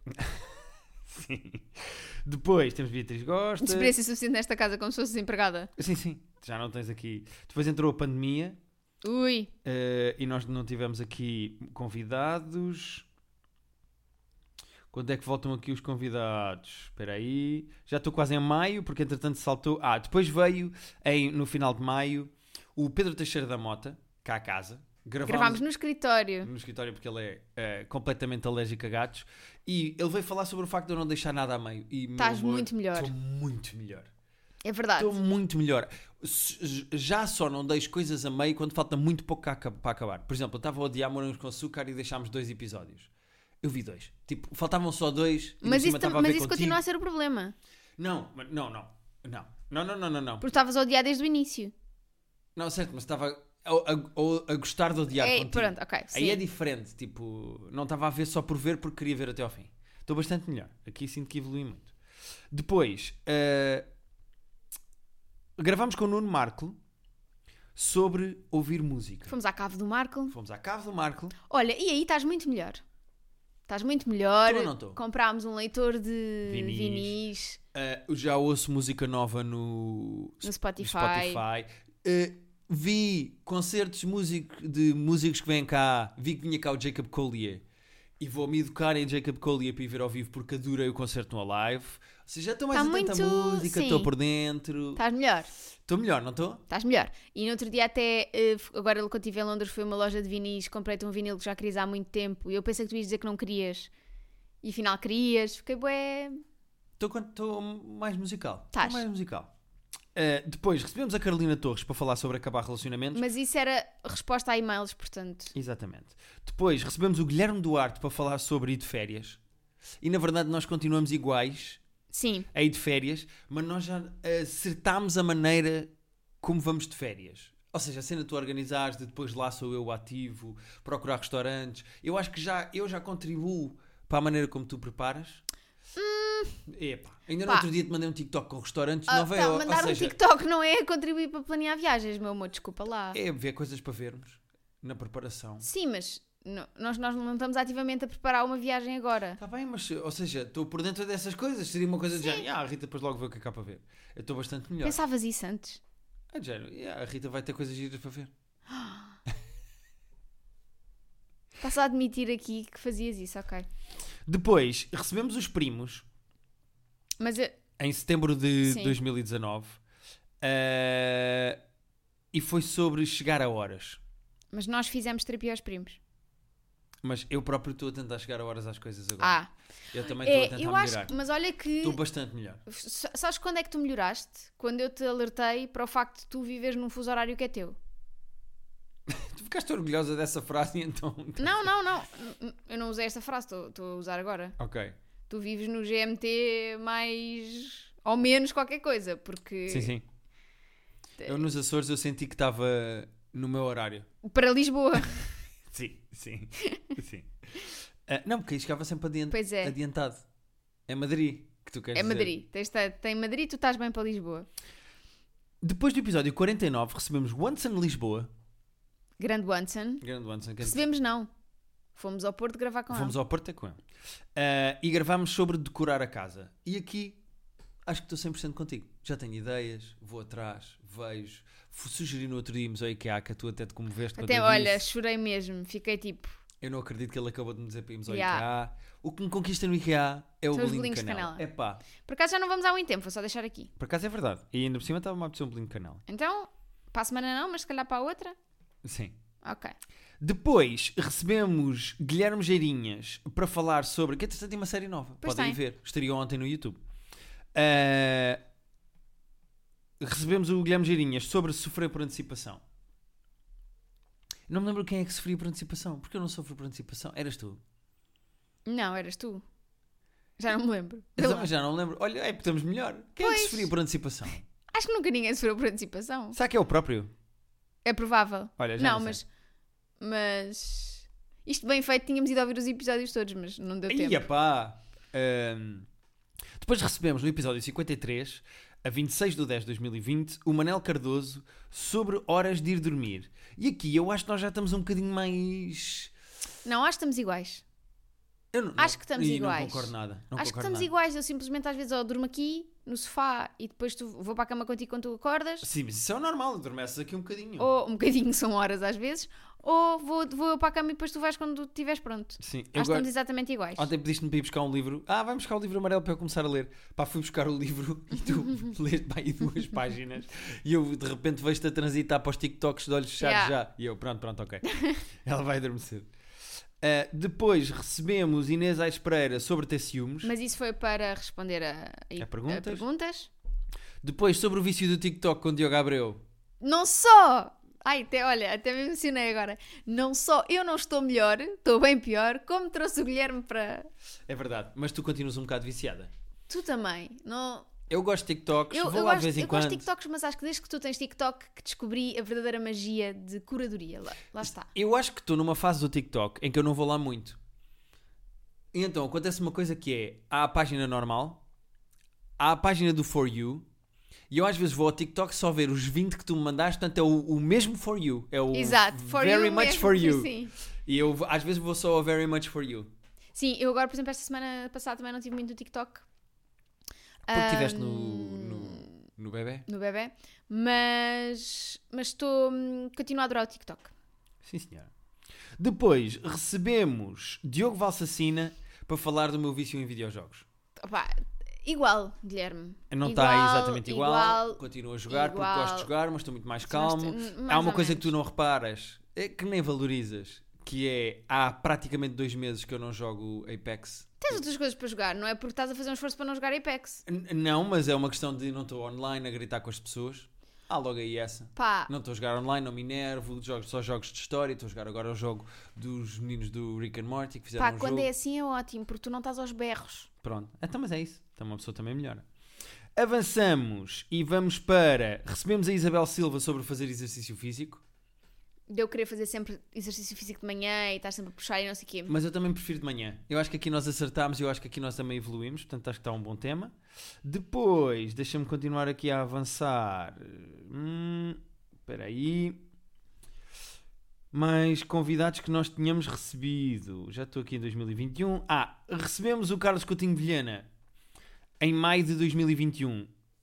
S2: Depois temos Beatriz Gosta.
S1: Experiência suficiente nesta casa como se fosse desempregada.
S2: Sim, sim. Já não tens aqui. Depois entrou a pandemia
S1: Ui,
S2: eh, e nós não tivemos aqui convidados. Quando é que voltam aqui os convidados? Espera aí. Já estou quase em maio, porque entretanto saltou. Ah, depois veio em, no final de maio o Pedro Teixeira da Mota, cá à casa.
S1: gravámos
S2: Gravámos,
S1: no escritório.
S2: no escritório porque ele é eh, completamente alérgico a gatos. E ele veio falar sobre o facto de eu não deixar nada a meio. E, meu
S1: Estás
S2: amor,
S1: muito melhor.
S2: Estou muito melhor.
S1: É verdade.
S2: Estou muito melhor. S- Já só não deixo coisas a meio quando falta muito pouco ca- para acabar. Por exemplo, eu estava a odiar morangos com açúcar e deixámos dois episódios. Eu vi dois. Tipo, faltavam só dois. E
S1: Mas isso, tam-
S2: estava
S1: mas
S2: a ver
S1: isso
S2: contigo.
S1: continua a ser o problema.
S2: Não, mas- não, não. Não, não, não, não, não. Não,
S1: Porque estavas a odiar desde o início.
S2: não certo, mas estava a, a- a- a gostar de odiar
S1: É,
S2: contigo.
S1: pronto, ok.
S2: Aí
S1: sim.
S2: é diferente. Tipo, não estava a ver só por ver porque queria ver até ao fim. Estou bastante melhor. Aqui sinto que evolui muito. Depois, eh, gravámos com o Nuno Marco sobre ouvir música.
S1: Fomos à cave do Marco.
S2: Fomos à cave do Marco.
S1: Olha, e aí estás muito melhor. Estás muito melhor.
S2: Tô ou não tô?
S1: Comprámos um leitor de
S2: Vinis.
S1: vinis,
S2: Eh, eu já ouço música nova no,
S1: no Spotify.
S2: Spotify. Eh, vi concertos de músico- de músicos que vêm cá. Vi que vinha cá o Jacob Collier. E vou me educar em Jacob Collier para ir ver ao vivo porque adorei o concerto no Alive. Ou seja, já estou mais
S1: Tá
S2: atento à
S1: muito-
S2: música,
S1: sim. Tá.
S2: estou por dentro.
S1: Estás melhor.
S2: Estou melhor, não estou?
S1: Estás melhor. E no outro dia até, eh, f- agora quando estive em Londres, fui a uma loja de vinis, comprei-te um vinil que já querias há muito tempo e eu pensei que tu ias dizer que não querias. E afinal querias. Fiquei bué...
S2: Estou mais musical. Estou
S1: Tás.
S2: mais musical. Eh, depois recebemos a Carolina Torres para falar sobre acabar relacionamentos.
S1: Mas isso era resposta a e-mails, portanto.
S2: Exatamente. Depois recebemos o Guilherme Duarte para falar sobre ir de férias. E na verdade nós continuamos iguais.
S1: Sim.
S2: a ir de férias, mas nós já acertámos a maneira como vamos de férias. Ou seja, a cena de tu organizares, de depois lá sou eu o ativo, procurar restaurantes. Eu acho que já, eu já contribuo para a maneira como tu preparas. Epá, ainda no
S1: Hum. Pá.
S2: outro dia te mandei um TikTok com restaurantes de
S1: Ah,
S2: Nova
S1: tá,
S2: Iorque.
S1: mandar
S2: Ou seja,
S1: um TikTok não é contribuir para planear viagens, meu amor, desculpa lá.
S2: é ver coisas para vermos na preparação.
S1: Sim, mas no- nós, nós não estamos ativamente a preparar uma viagem agora.
S2: Está Tá bem, mas, ou seja, estou por dentro dessas coisas. Seria uma coisa de género. Ah, a Rita depois logo vê o que é cá para ver. Eu estou bastante melhor.
S1: Pensavas isso antes?
S2: É de género. "Yeah, a Rita vai ter coisas giras para ver.
S1: Estás a admitir aqui que fazias isso, ok.
S2: Depois, recebemos os primos
S1: Mas eu-
S2: em setembro de
S1: Sim.
S2: 2019 eh, e foi sobre chegar a horas.
S1: mas nós fizemos terapia aos primos.
S2: Mas eu próprio estou a tentar chegar a horas às coisas agora.
S1: Ah,
S2: eu também estou
S1: é,
S2: a tentar
S1: eu
S2: melhorar.
S1: acho que, mas olha que.
S2: Estou bastante melhor.
S1: S- Sabes quando é que tu melhoraste? Quando eu te alertei para o facto de tu viveres num fuso horário que é teu.
S2: Tu ficaste orgulhosa dessa frase e então.
S1: Não, não, não. N- Eu não usei esta frase, estou- estou a usar agora.
S2: Ok.
S1: Tu vives no GMT mais ou menos qualquer coisa, porque
S2: Sim, sim. Eu nos Açores eu senti que estava no meu horário.
S1: para Lisboa.
S2: Sim, sim. sim. Ah, não, porque aí chegava sempre adian-
S1: Pois é.
S2: adiantado. É Madrid que tu queres
S1: É
S2: dizer.
S1: Madrid. Tens, ta- tem Madrid, tu estás bem para Lisboa.
S2: Depois do episódio 49 recebemos Wanson Lisboa.
S1: Grande Wanson.
S2: Grande Wanson. que-
S1: Recebemos não. Fomos ao Porto gravar com
S2: Fomos
S1: ela.
S2: ao Porto é com ele. Ah, e gravámos sobre decorar a casa. E aqui acho que estou 100% contigo. Já tenho ideias, vou atrás, vejo. Fui sugerir no outro dia irmos ao IKEA, que tu até te comoveste quando
S1: Até,
S2: eu
S1: olha,
S2: disse.
S1: chorei mesmo. Fiquei tipo,
S2: Eu não acredito que ele acabou de me dizer para irmos ao
S1: Yeah.
S2: IKEA. O que me conquista no IKEA é o
S1: São os
S2: bolinho
S1: bolinhos
S2: de
S1: de
S2: canela. É
S1: canela.
S2: pá,
S1: por acaso já não vamos há muito tempo, vou só deixar aqui.
S2: por acaso é verdade. E ainda por cima estava-me a apetecer um bolinho de canela.
S1: Então, para a semana não, mas se calhar para a outra.
S2: Sim.
S1: Ok.
S2: Depois recebemos Guilherme Geirinhas para falar sobre. Que entretanto tem uma série nova.
S1: Pois
S2: Podem
S1: tem.
S2: ver. Estreou ontem no YouTube. Ah, recebemos o Guilherme Geirinhas sobre sofrer por antecipação. Não me lembro quem é que sofria por antecipação. Porque eu não sofro por antecipação. Eras tu.
S1: Não, eras tu. Já não me lembro.
S2: Eu
S1: Pelo-
S2: também já não lembro. Olha, é, estamos melhor. Quem é que
S1: Pois.
S2: sofria por antecipação?
S1: Acho que nunca ninguém sofreu por antecipação.
S2: Será que é o próprio?
S1: É provável.
S2: Olha, já
S1: não,
S2: não
S1: mas. Mas. Isto bem feito, tínhamos ido ouvir os episódios todos, mas não deu tempo.
S2: Ia pá! Ahm, depois recebemos no episódio 53, a 26 de 10 de 2020, o Manel Cardoso sobre horas de ir dormir. E aqui eu acho que nós já estamos um bocadinho mais.
S1: Não, acho que estamos iguais.
S2: Eu não-
S1: Acho que estamos
S2: Ih,
S1: iguais.
S2: Não concordo nada. Não
S1: acho que
S2: concordo
S1: estamos
S2: nada.
S1: iguais. Eu simplesmente às vezes ó, durmo aqui no sofá e depois tu vou para a cama contigo quando tu acordas.
S2: Sim, mas isso é o normal, adormeces aqui um bocadinho.
S1: Ou um bocadinho são horas às vezes. Ou vou, vou eu para a cama e depois tu vais quando estiveres pronto.
S2: Sim, eu
S1: acho que
S2: agora-
S1: estamos exatamente iguais.
S2: Ontem pediste-me para ir buscar um livro. Ah, vai buscar o livro amarelo para eu começar a ler. Pá, fui buscar o livro e tu leste pá, aí duas páginas e eu de repente vejo-te a transitar para os TikToks de olhos fechados
S1: Yeah.
S2: já. E eu, pronto, pronto, ok. Ela vai adormecer. Ah, depois recebemos Inês Aires Pereira sobre ter ciúmes.
S1: Mas isso foi para responder a,
S2: A perguntas?
S1: perguntas.
S2: Depois sobre o vício do TikTok com Diogo Abreu.
S1: Não só. Ai, até, olha, até me emocionei agora. Não só eu não estou melhor, estou bem pior, como trouxe o Guilherme para.
S2: É verdade, mas tu continuas um bocado viciada.
S1: Tu também. Não...
S2: Eu gosto de TikToks,
S1: Eu,
S2: vou
S1: eu
S2: lá
S1: gosto,
S2: de vez em
S1: eu
S2: quando.
S1: gosto de TikToks, mas acho que desde que tu tens TikTok que descobri a verdadeira magia de curadoria. Lá, lá está.
S2: Eu acho que estou numa fase do TikTok em que eu não vou lá muito. E então acontece uma coisa que é: há a página normal, há a página do For You, e eu às vezes vou ao TikTok só ver os 20 que tu me mandaste, portanto é o, o mesmo For You. É o
S1: Exato. For
S2: Very
S1: you
S2: Much
S1: mesmo,
S2: For You.
S1: Sim.
S2: E eu às vezes vou só ao Very Much For You.
S1: sim, eu agora, por exemplo, esta semana passada também não tive muito TikTok.
S2: Porque
S1: Ahm,
S2: estiveste no,
S1: Hum.
S2: no, no bebê?
S1: no bebê, mas mas estou hum, continuo a adorar o TikTok.
S2: Sim, senhora. Depois recebemos Diogo Valsacina para falar do meu vício em videojogos.
S1: Opá, igual, Guilherme.
S2: Não está
S1: Igual,
S2: exatamente igual, continuo a jogar porque
S1: igual.
S2: gosto de jogar, mas estou muito mais calmo.
S1: Mas tu- mais
S2: há uma
S1: ou
S2: coisa que
S1: menos.
S2: tu não reparas, é que nem valorizas, que é há praticamente dois meses que eu não jogo Apex.
S1: Tens outras coisas para jogar, não é porque estás a fazer um esforço para não jogar Apex.
S2: N- não, mas é uma questão de não estou online a gritar com as pessoas. Há logo aí essa.
S1: Pá,
S2: Não estou a jogar online, não me enervo, jogo só jogos de história, estou a jogar agora o jogo dos meninos do Rick and Morty que fizeram
S1: pá
S2: um
S1: quando
S2: jogo.
S1: é assim é ótimo, porque tu não estás aos berros.
S2: Pronto. Então, mas é isso. Então uma pessoa também melhora. Avançamos e vamos para. Recebemos a Isabel Silva sobre fazer exercício físico,
S1: De eu querer fazer sempre exercício físico de manhã e estar sempre a puxar e não sei o quê.
S2: mas eu também prefiro de manhã. Eu acho que aqui nós acertámos e eu acho que aqui nós também evoluímos, portanto acho que está um bom tema. Depois, deixa-me continuar aqui a avançar. Hum, Espera aí. Mais convidados que nós tínhamos recebido. Já estou aqui em 2021. Ah, recebemos o Carlos Coutinho Vilhena em maio de 2021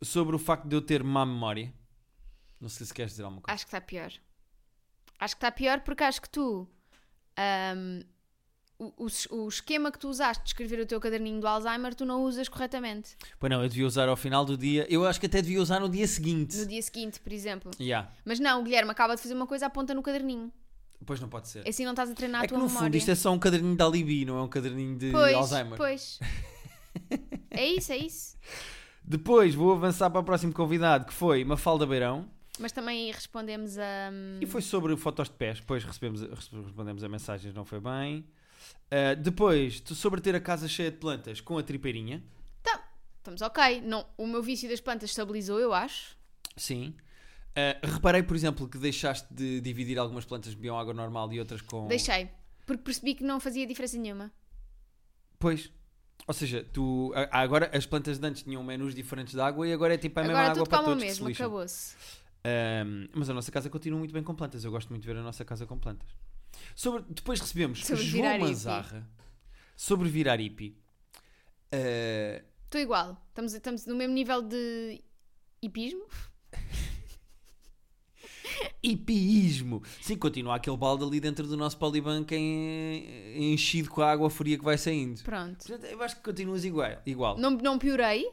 S2: sobre o facto de eu ter má memória. Não sei se queres dizer alguma coisa.
S1: Acho que está pior. Acho que está pior porque acho que tu. ahm, o, o- o esquema que tu usaste de escrever o teu caderninho do Alzheimer, tu não usas corretamente.
S2: Pois não, eu devia usar ao final do dia. Eu acho que até devia usar no dia seguinte.
S1: No dia seguinte, por exemplo.
S2: Yeah.
S1: Mas não, o Guilherme acaba de fazer uma coisa, aponta no caderninho.
S2: Pois não pode ser.
S1: Assim não estás a treinar
S2: É que
S1: a tua
S2: no
S1: memória.
S2: fundo isto é só um caderninho de alibi, não é um caderninho de
S1: pois,
S2: Alzheimer.
S1: Pois. É isso, é isso.
S2: Depois vou avançar para o próximo convidado, que foi Mafalda Beirão.
S1: Mas também respondemos a. hum,
S2: E foi sobre fotos de pés. Depois recebemos, res- respondemos a mensagens, não foi bem. Ah, depois, tu- sobre ter a casa cheia de plantas com a tripeirinha.
S1: Estamos ok. Não, o meu vício das plantas estabilizou, eu acho.
S2: Sim. Ah, reparei, por exemplo, que deixaste de dividir algumas plantas que bebiam água normal e outras com.
S1: Deixei. Porque percebi que não fazia diferença nenhuma.
S2: Pois. Ou seja, tu a- agora as plantas de antes tinham menus diferentes de água e agora é tipo a mesma
S1: Agora
S2: água
S1: tudo
S2: para
S1: calma
S2: todos. que se
S1: mesmo,
S2: lixam.
S1: acabou-se.
S2: Ahm, mas a nossa casa continua muito bem com plantas. Eu gosto muito de ver a nossa casa com plantas. Sobre, depois recebemos
S1: Sobre
S2: João
S1: virar hippie.
S2: Manzarra sobre virar hippie. Ah,
S1: Estou igual. Estamos, estamos no mesmo nível de hipismo.
S2: hipismo. Sim, continua aquele balde ali dentro do nosso polibanco em- enchido com a água fria que vai saindo.
S1: Pronto.
S2: Portanto, eu acho que continuas igual. igual.
S1: Não, não piorei,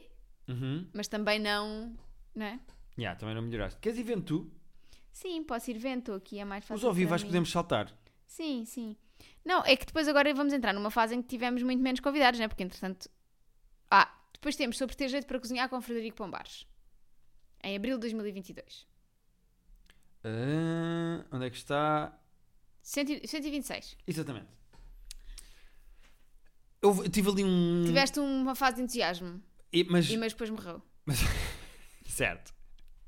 S2: Uhum.
S1: mas também não. Não é?
S2: Yeah, também não melhoraste. Queres ir vendo tu?
S1: Sim, posso ir vento aqui, é mais fácil.
S2: Os ao vivo
S1: para
S2: acho que
S1: mim.
S2: podemos saltar.
S1: Sim, sim. Não, é que depois agora vamos entrar numa fase em que tivemos muito menos convidados, né? Porque entretanto. Ah, depois temos sobre ter jeito para cozinhar com Frederico Pombares. Em abril de 2022.
S2: Ah, onde é que está?
S1: Cento e- 126.
S2: Exatamente. Eu v- tive ali um.
S1: Tiveste uma fase de entusiasmo,
S2: E- mas,
S1: e mas depois morreu.
S2: Certo.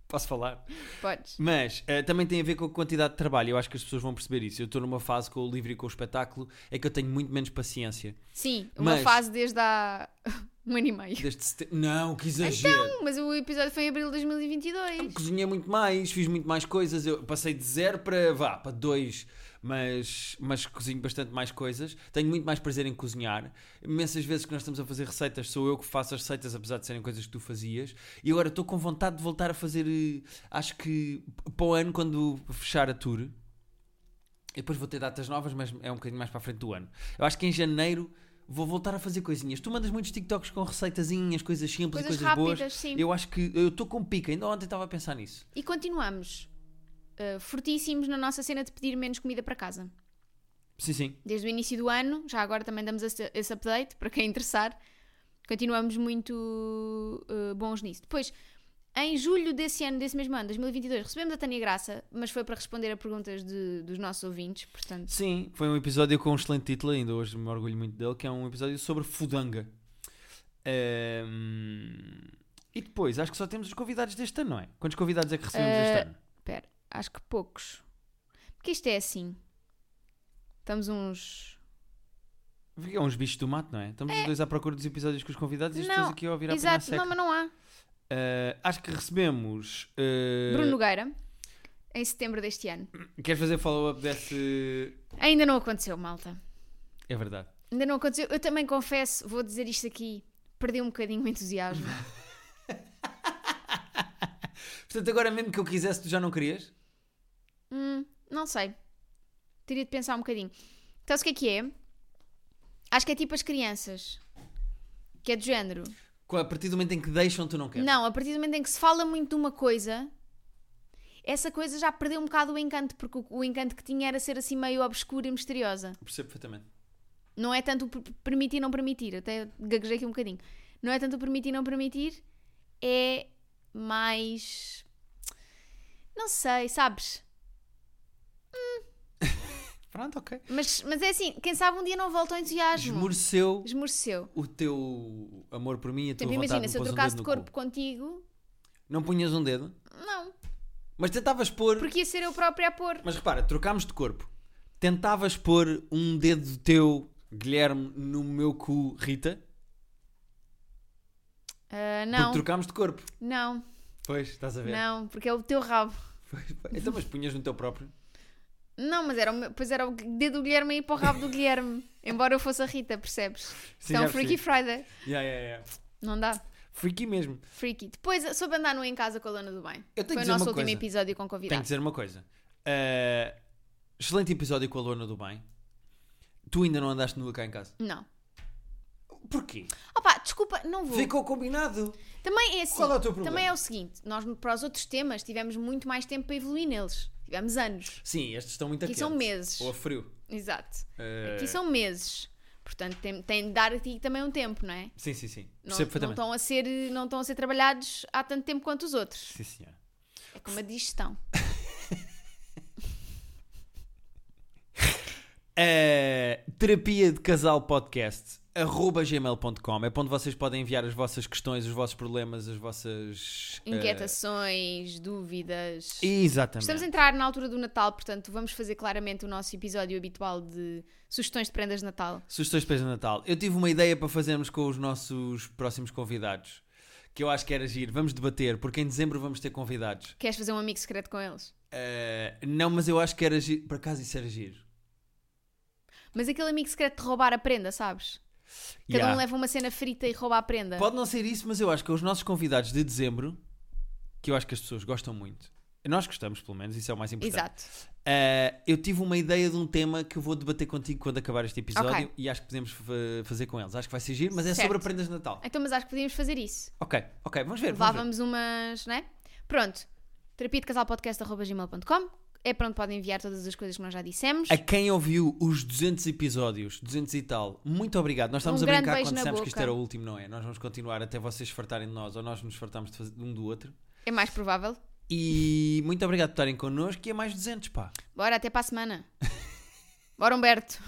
S2: Posso falar?
S1: Podes.
S2: Mas eh, também tem a ver com a quantidade de trabalho. Eu acho que as pessoas vão perceber isso. Eu estou numa fase com o livro e com o espetáculo. É que eu tenho muito menos paciência.
S1: Sim, uma
S2: Mas-
S1: fase desde há um ano e meio.
S2: Desde sete- Não, que exagero.
S1: Mas o episódio foi em abril de 2022.
S2: Cozinhei muito mais, fiz muito mais coisas. Eu passei de zero para vá, para dois, mas, mas cozinho bastante mais coisas. Tenho muito mais prazer em cozinhar. Imensas vezes que nós estamos a fazer receitas, sou eu que faço as receitas, apesar de serem coisas que tu fazias. E agora estou com vontade de voltar a fazer, eh, acho que p- para o ano, quando fechar a tour. E depois vou ter datas novas, mas é um bocadinho mais para a frente do ano. Eu acho que em janeiro vou voltar a fazer coisinhas. Tu mandas muitos TikToks com receitazinhas, coisas simples
S1: Coisas
S2: e coisas boas.
S1: rápidas, sim.
S2: Eu acho que eu estou com pica, ainda ontem estava a pensar nisso.
S1: E continuamos uh, fortíssimos na nossa cena de pedir menos comida para casa.
S2: Sim, sim.
S1: Desde o início do ano, já agora também damos esse, esse update para quem interessar. Continuamos muito uh, bons nisso. Depois, em julho desse ano, desse mesmo ano, 2022, recebemos a Tânia Graça, mas foi para responder a perguntas de- dos nossos ouvintes, portanto.
S2: Sim, foi um episódio com um excelente título, ainda hoje me orgulho muito dele, que é um episódio sobre fudanga. Ehm, E depois, acho que só temos os convidados deste ano, não é? Quantos convidados é que recebemos
S1: Eh,
S2: este ano?
S1: Espera, acho que poucos. Porque isto é assim. Estamos uns.
S2: Porque É uns bichos do mato, não é? Estamos os dois à procura dos episódios com os convidados e
S1: eh, Não,
S2: estamos aqui a ouvir a primeira
S1: Exato,
S2: seca.
S1: não, mas não há.
S2: Eh, acho que recebemos... eh,
S1: Bruno Nogueira, em setembro deste ano.
S2: Queres fazer follow-up desse...
S1: Ainda não aconteceu, malta.
S2: É verdade.
S1: Ainda não aconteceu. Eu também confesso, vou dizer isto aqui, perdi um bocadinho o entusiasmo.
S2: Portanto, agora mesmo que eu quisesse, tu já não querias?
S1: Hum, não sei. Teria de pensar um bocadinho. Então, o que é que é? Acho que é tipo as crianças. Que é do género.
S2: A partir do momento em que deixam, tu não queres?
S1: Não, a partir do momento em que se fala muito de uma coisa, essa coisa já perdeu um bocado o encanto, porque o, o encanto que tinha era ser assim meio obscura e misteriosa.
S2: Percebo perfeitamente.
S1: Não é tanto o per- permitir e não permitir, até gaguejei aqui um bocadinho. Não é tanto o permitir e não permitir, é mais. Não sei, sabes?
S2: Pronto, ok.
S1: Mas, mas é assim, quem sabe um dia não volta ao entusiasmo.
S2: Esmoreceu
S1: Esmoreceu.
S2: o teu amor por mim e a tua
S1: Tipo,
S2: vontade
S1: imagina,
S2: de
S1: se eu
S2: pôr um
S1: trocasse
S2: dedo
S1: de
S2: no
S1: corpo
S2: cu.
S1: contigo,
S2: Não punhas um dedo,
S1: não.
S2: mas tentavas pôr.
S1: Porque ia ser eu própria a pôr.
S2: Mas repara, trocámos de corpo. Tentavas pôr um dedo teu, Guilherme, no meu cu, Rita?
S1: Ah,
S2: Porque
S1: não,
S2: trocámos de corpo.
S1: não,
S2: Pois, estás a ver.
S1: não, porque é o teu rabo.
S2: Pois, pois. Então, mas punhas no teu próprio.
S1: Não, mas era, o meu- pois era o dedo do Guilherme aí para o rabo do Guilherme. Embora eu fosse a Rita, percebes?
S2: Sim,
S1: então,
S2: já
S1: Freaky
S2: percebi.
S1: Friday.
S2: Yeah, yeah, yeah.
S1: Não dá.
S2: Freaky mesmo.
S1: Freaky. Depois soube andar no Em Casa com a Lona do Bem.
S2: Eu tenho que
S1: Foi o
S2: dizer
S1: nosso
S2: uma
S1: último
S2: coisa.
S1: episódio com
S2: Tenho que
S1: convidados.
S2: dizer uma coisa. Ah, excelente episódio com a Lona do Bem. Tu ainda não andaste nua cá em casa.
S1: Não.
S2: Porquê?
S1: Opa, desculpa, não vou.
S2: Ficou combinado.
S1: Também é assim.
S2: Qual é o teu problema?
S1: também é o seguinte: nós para os outros temas tivemos muito mais tempo para evoluir neles. Tivemos anos.
S2: Sim, estes estão muito
S1: Aqui
S2: a
S1: são
S2: quente.
S1: meses.
S2: Ou a frio.
S1: Exato.
S2: Eh,
S1: Aqui são meses. Portanto, tem, tem de dar aqui também um tempo, não é?
S2: Sim, sim, sim.
S1: Não,
S2: Percebo
S1: não
S2: perfeitamente.
S1: estão a ser, não estão a ser trabalhados há tanto tempo quanto os outros.
S2: Sim, senhora.
S1: É como a digestão.
S2: É, terapia de casal podcast arroba gmail.com é para onde vocês podem enviar as vossas questões, os vossos problemas, as vossas eh,
S1: Inquietações, dúvidas.
S2: exatamente.
S1: Estamos a entrar na altura do Natal, portanto, vamos fazer claramente o nosso episódio habitual de sugestões de prendas de Natal.
S2: Sugestões para de Natal. Eu tive uma ideia para fazermos com os nossos próximos convidados que eu acho que era giro. Vamos debater, porque em dezembro vamos ter convidados.
S1: Queres fazer um amigo secreto com eles?
S2: Eh, não, mas eu acho que era giro. Por acaso isso era giro.
S1: Mas aquele amigo secreto de roubar a prenda, sabes? Cada
S2: Yeah.
S1: um leva uma cena frita e rouba a prenda.
S2: Pode não ser isso, mas eu acho que os nossos convidados de dezembro, que eu acho que as pessoas gostam muito, nós gostamos pelo menos, isso é o mais importante.
S1: Exato.
S2: Uh, eu tive uma ideia de um tema que eu vou debater contigo quando acabar este episódio
S1: Ok.
S2: e acho que podemos fa- fazer com eles. Acho que vai ser giro, mas é
S1: Certo.
S2: sobre prendas de Natal.
S1: Então, mas acho que podíamos fazer isso.
S2: Ok, ok, vamos ver. Vamos ver.
S1: Levávamos umas, não é? Pronto. Terapia de casal podcast.gmail.com é para onde podem enviar todas as coisas que nós já dissemos.
S2: A quem ouviu os 200 episódios, 200 e tal, muito obrigado. Nós estamos
S1: Um
S2: a
S1: grande
S2: brincar
S1: beijo
S2: quando
S1: na
S2: dissemos que
S1: boca.
S2: isto era o último, não é? Nós vamos continuar até vocês fartarem de nós ou nós nos fartarmos de fazer- um do outro.
S1: É mais provável.
S2: E muito obrigado por estarem connosco e é mais 200, pá.
S1: Bora, até para a semana. Bora, Humberto.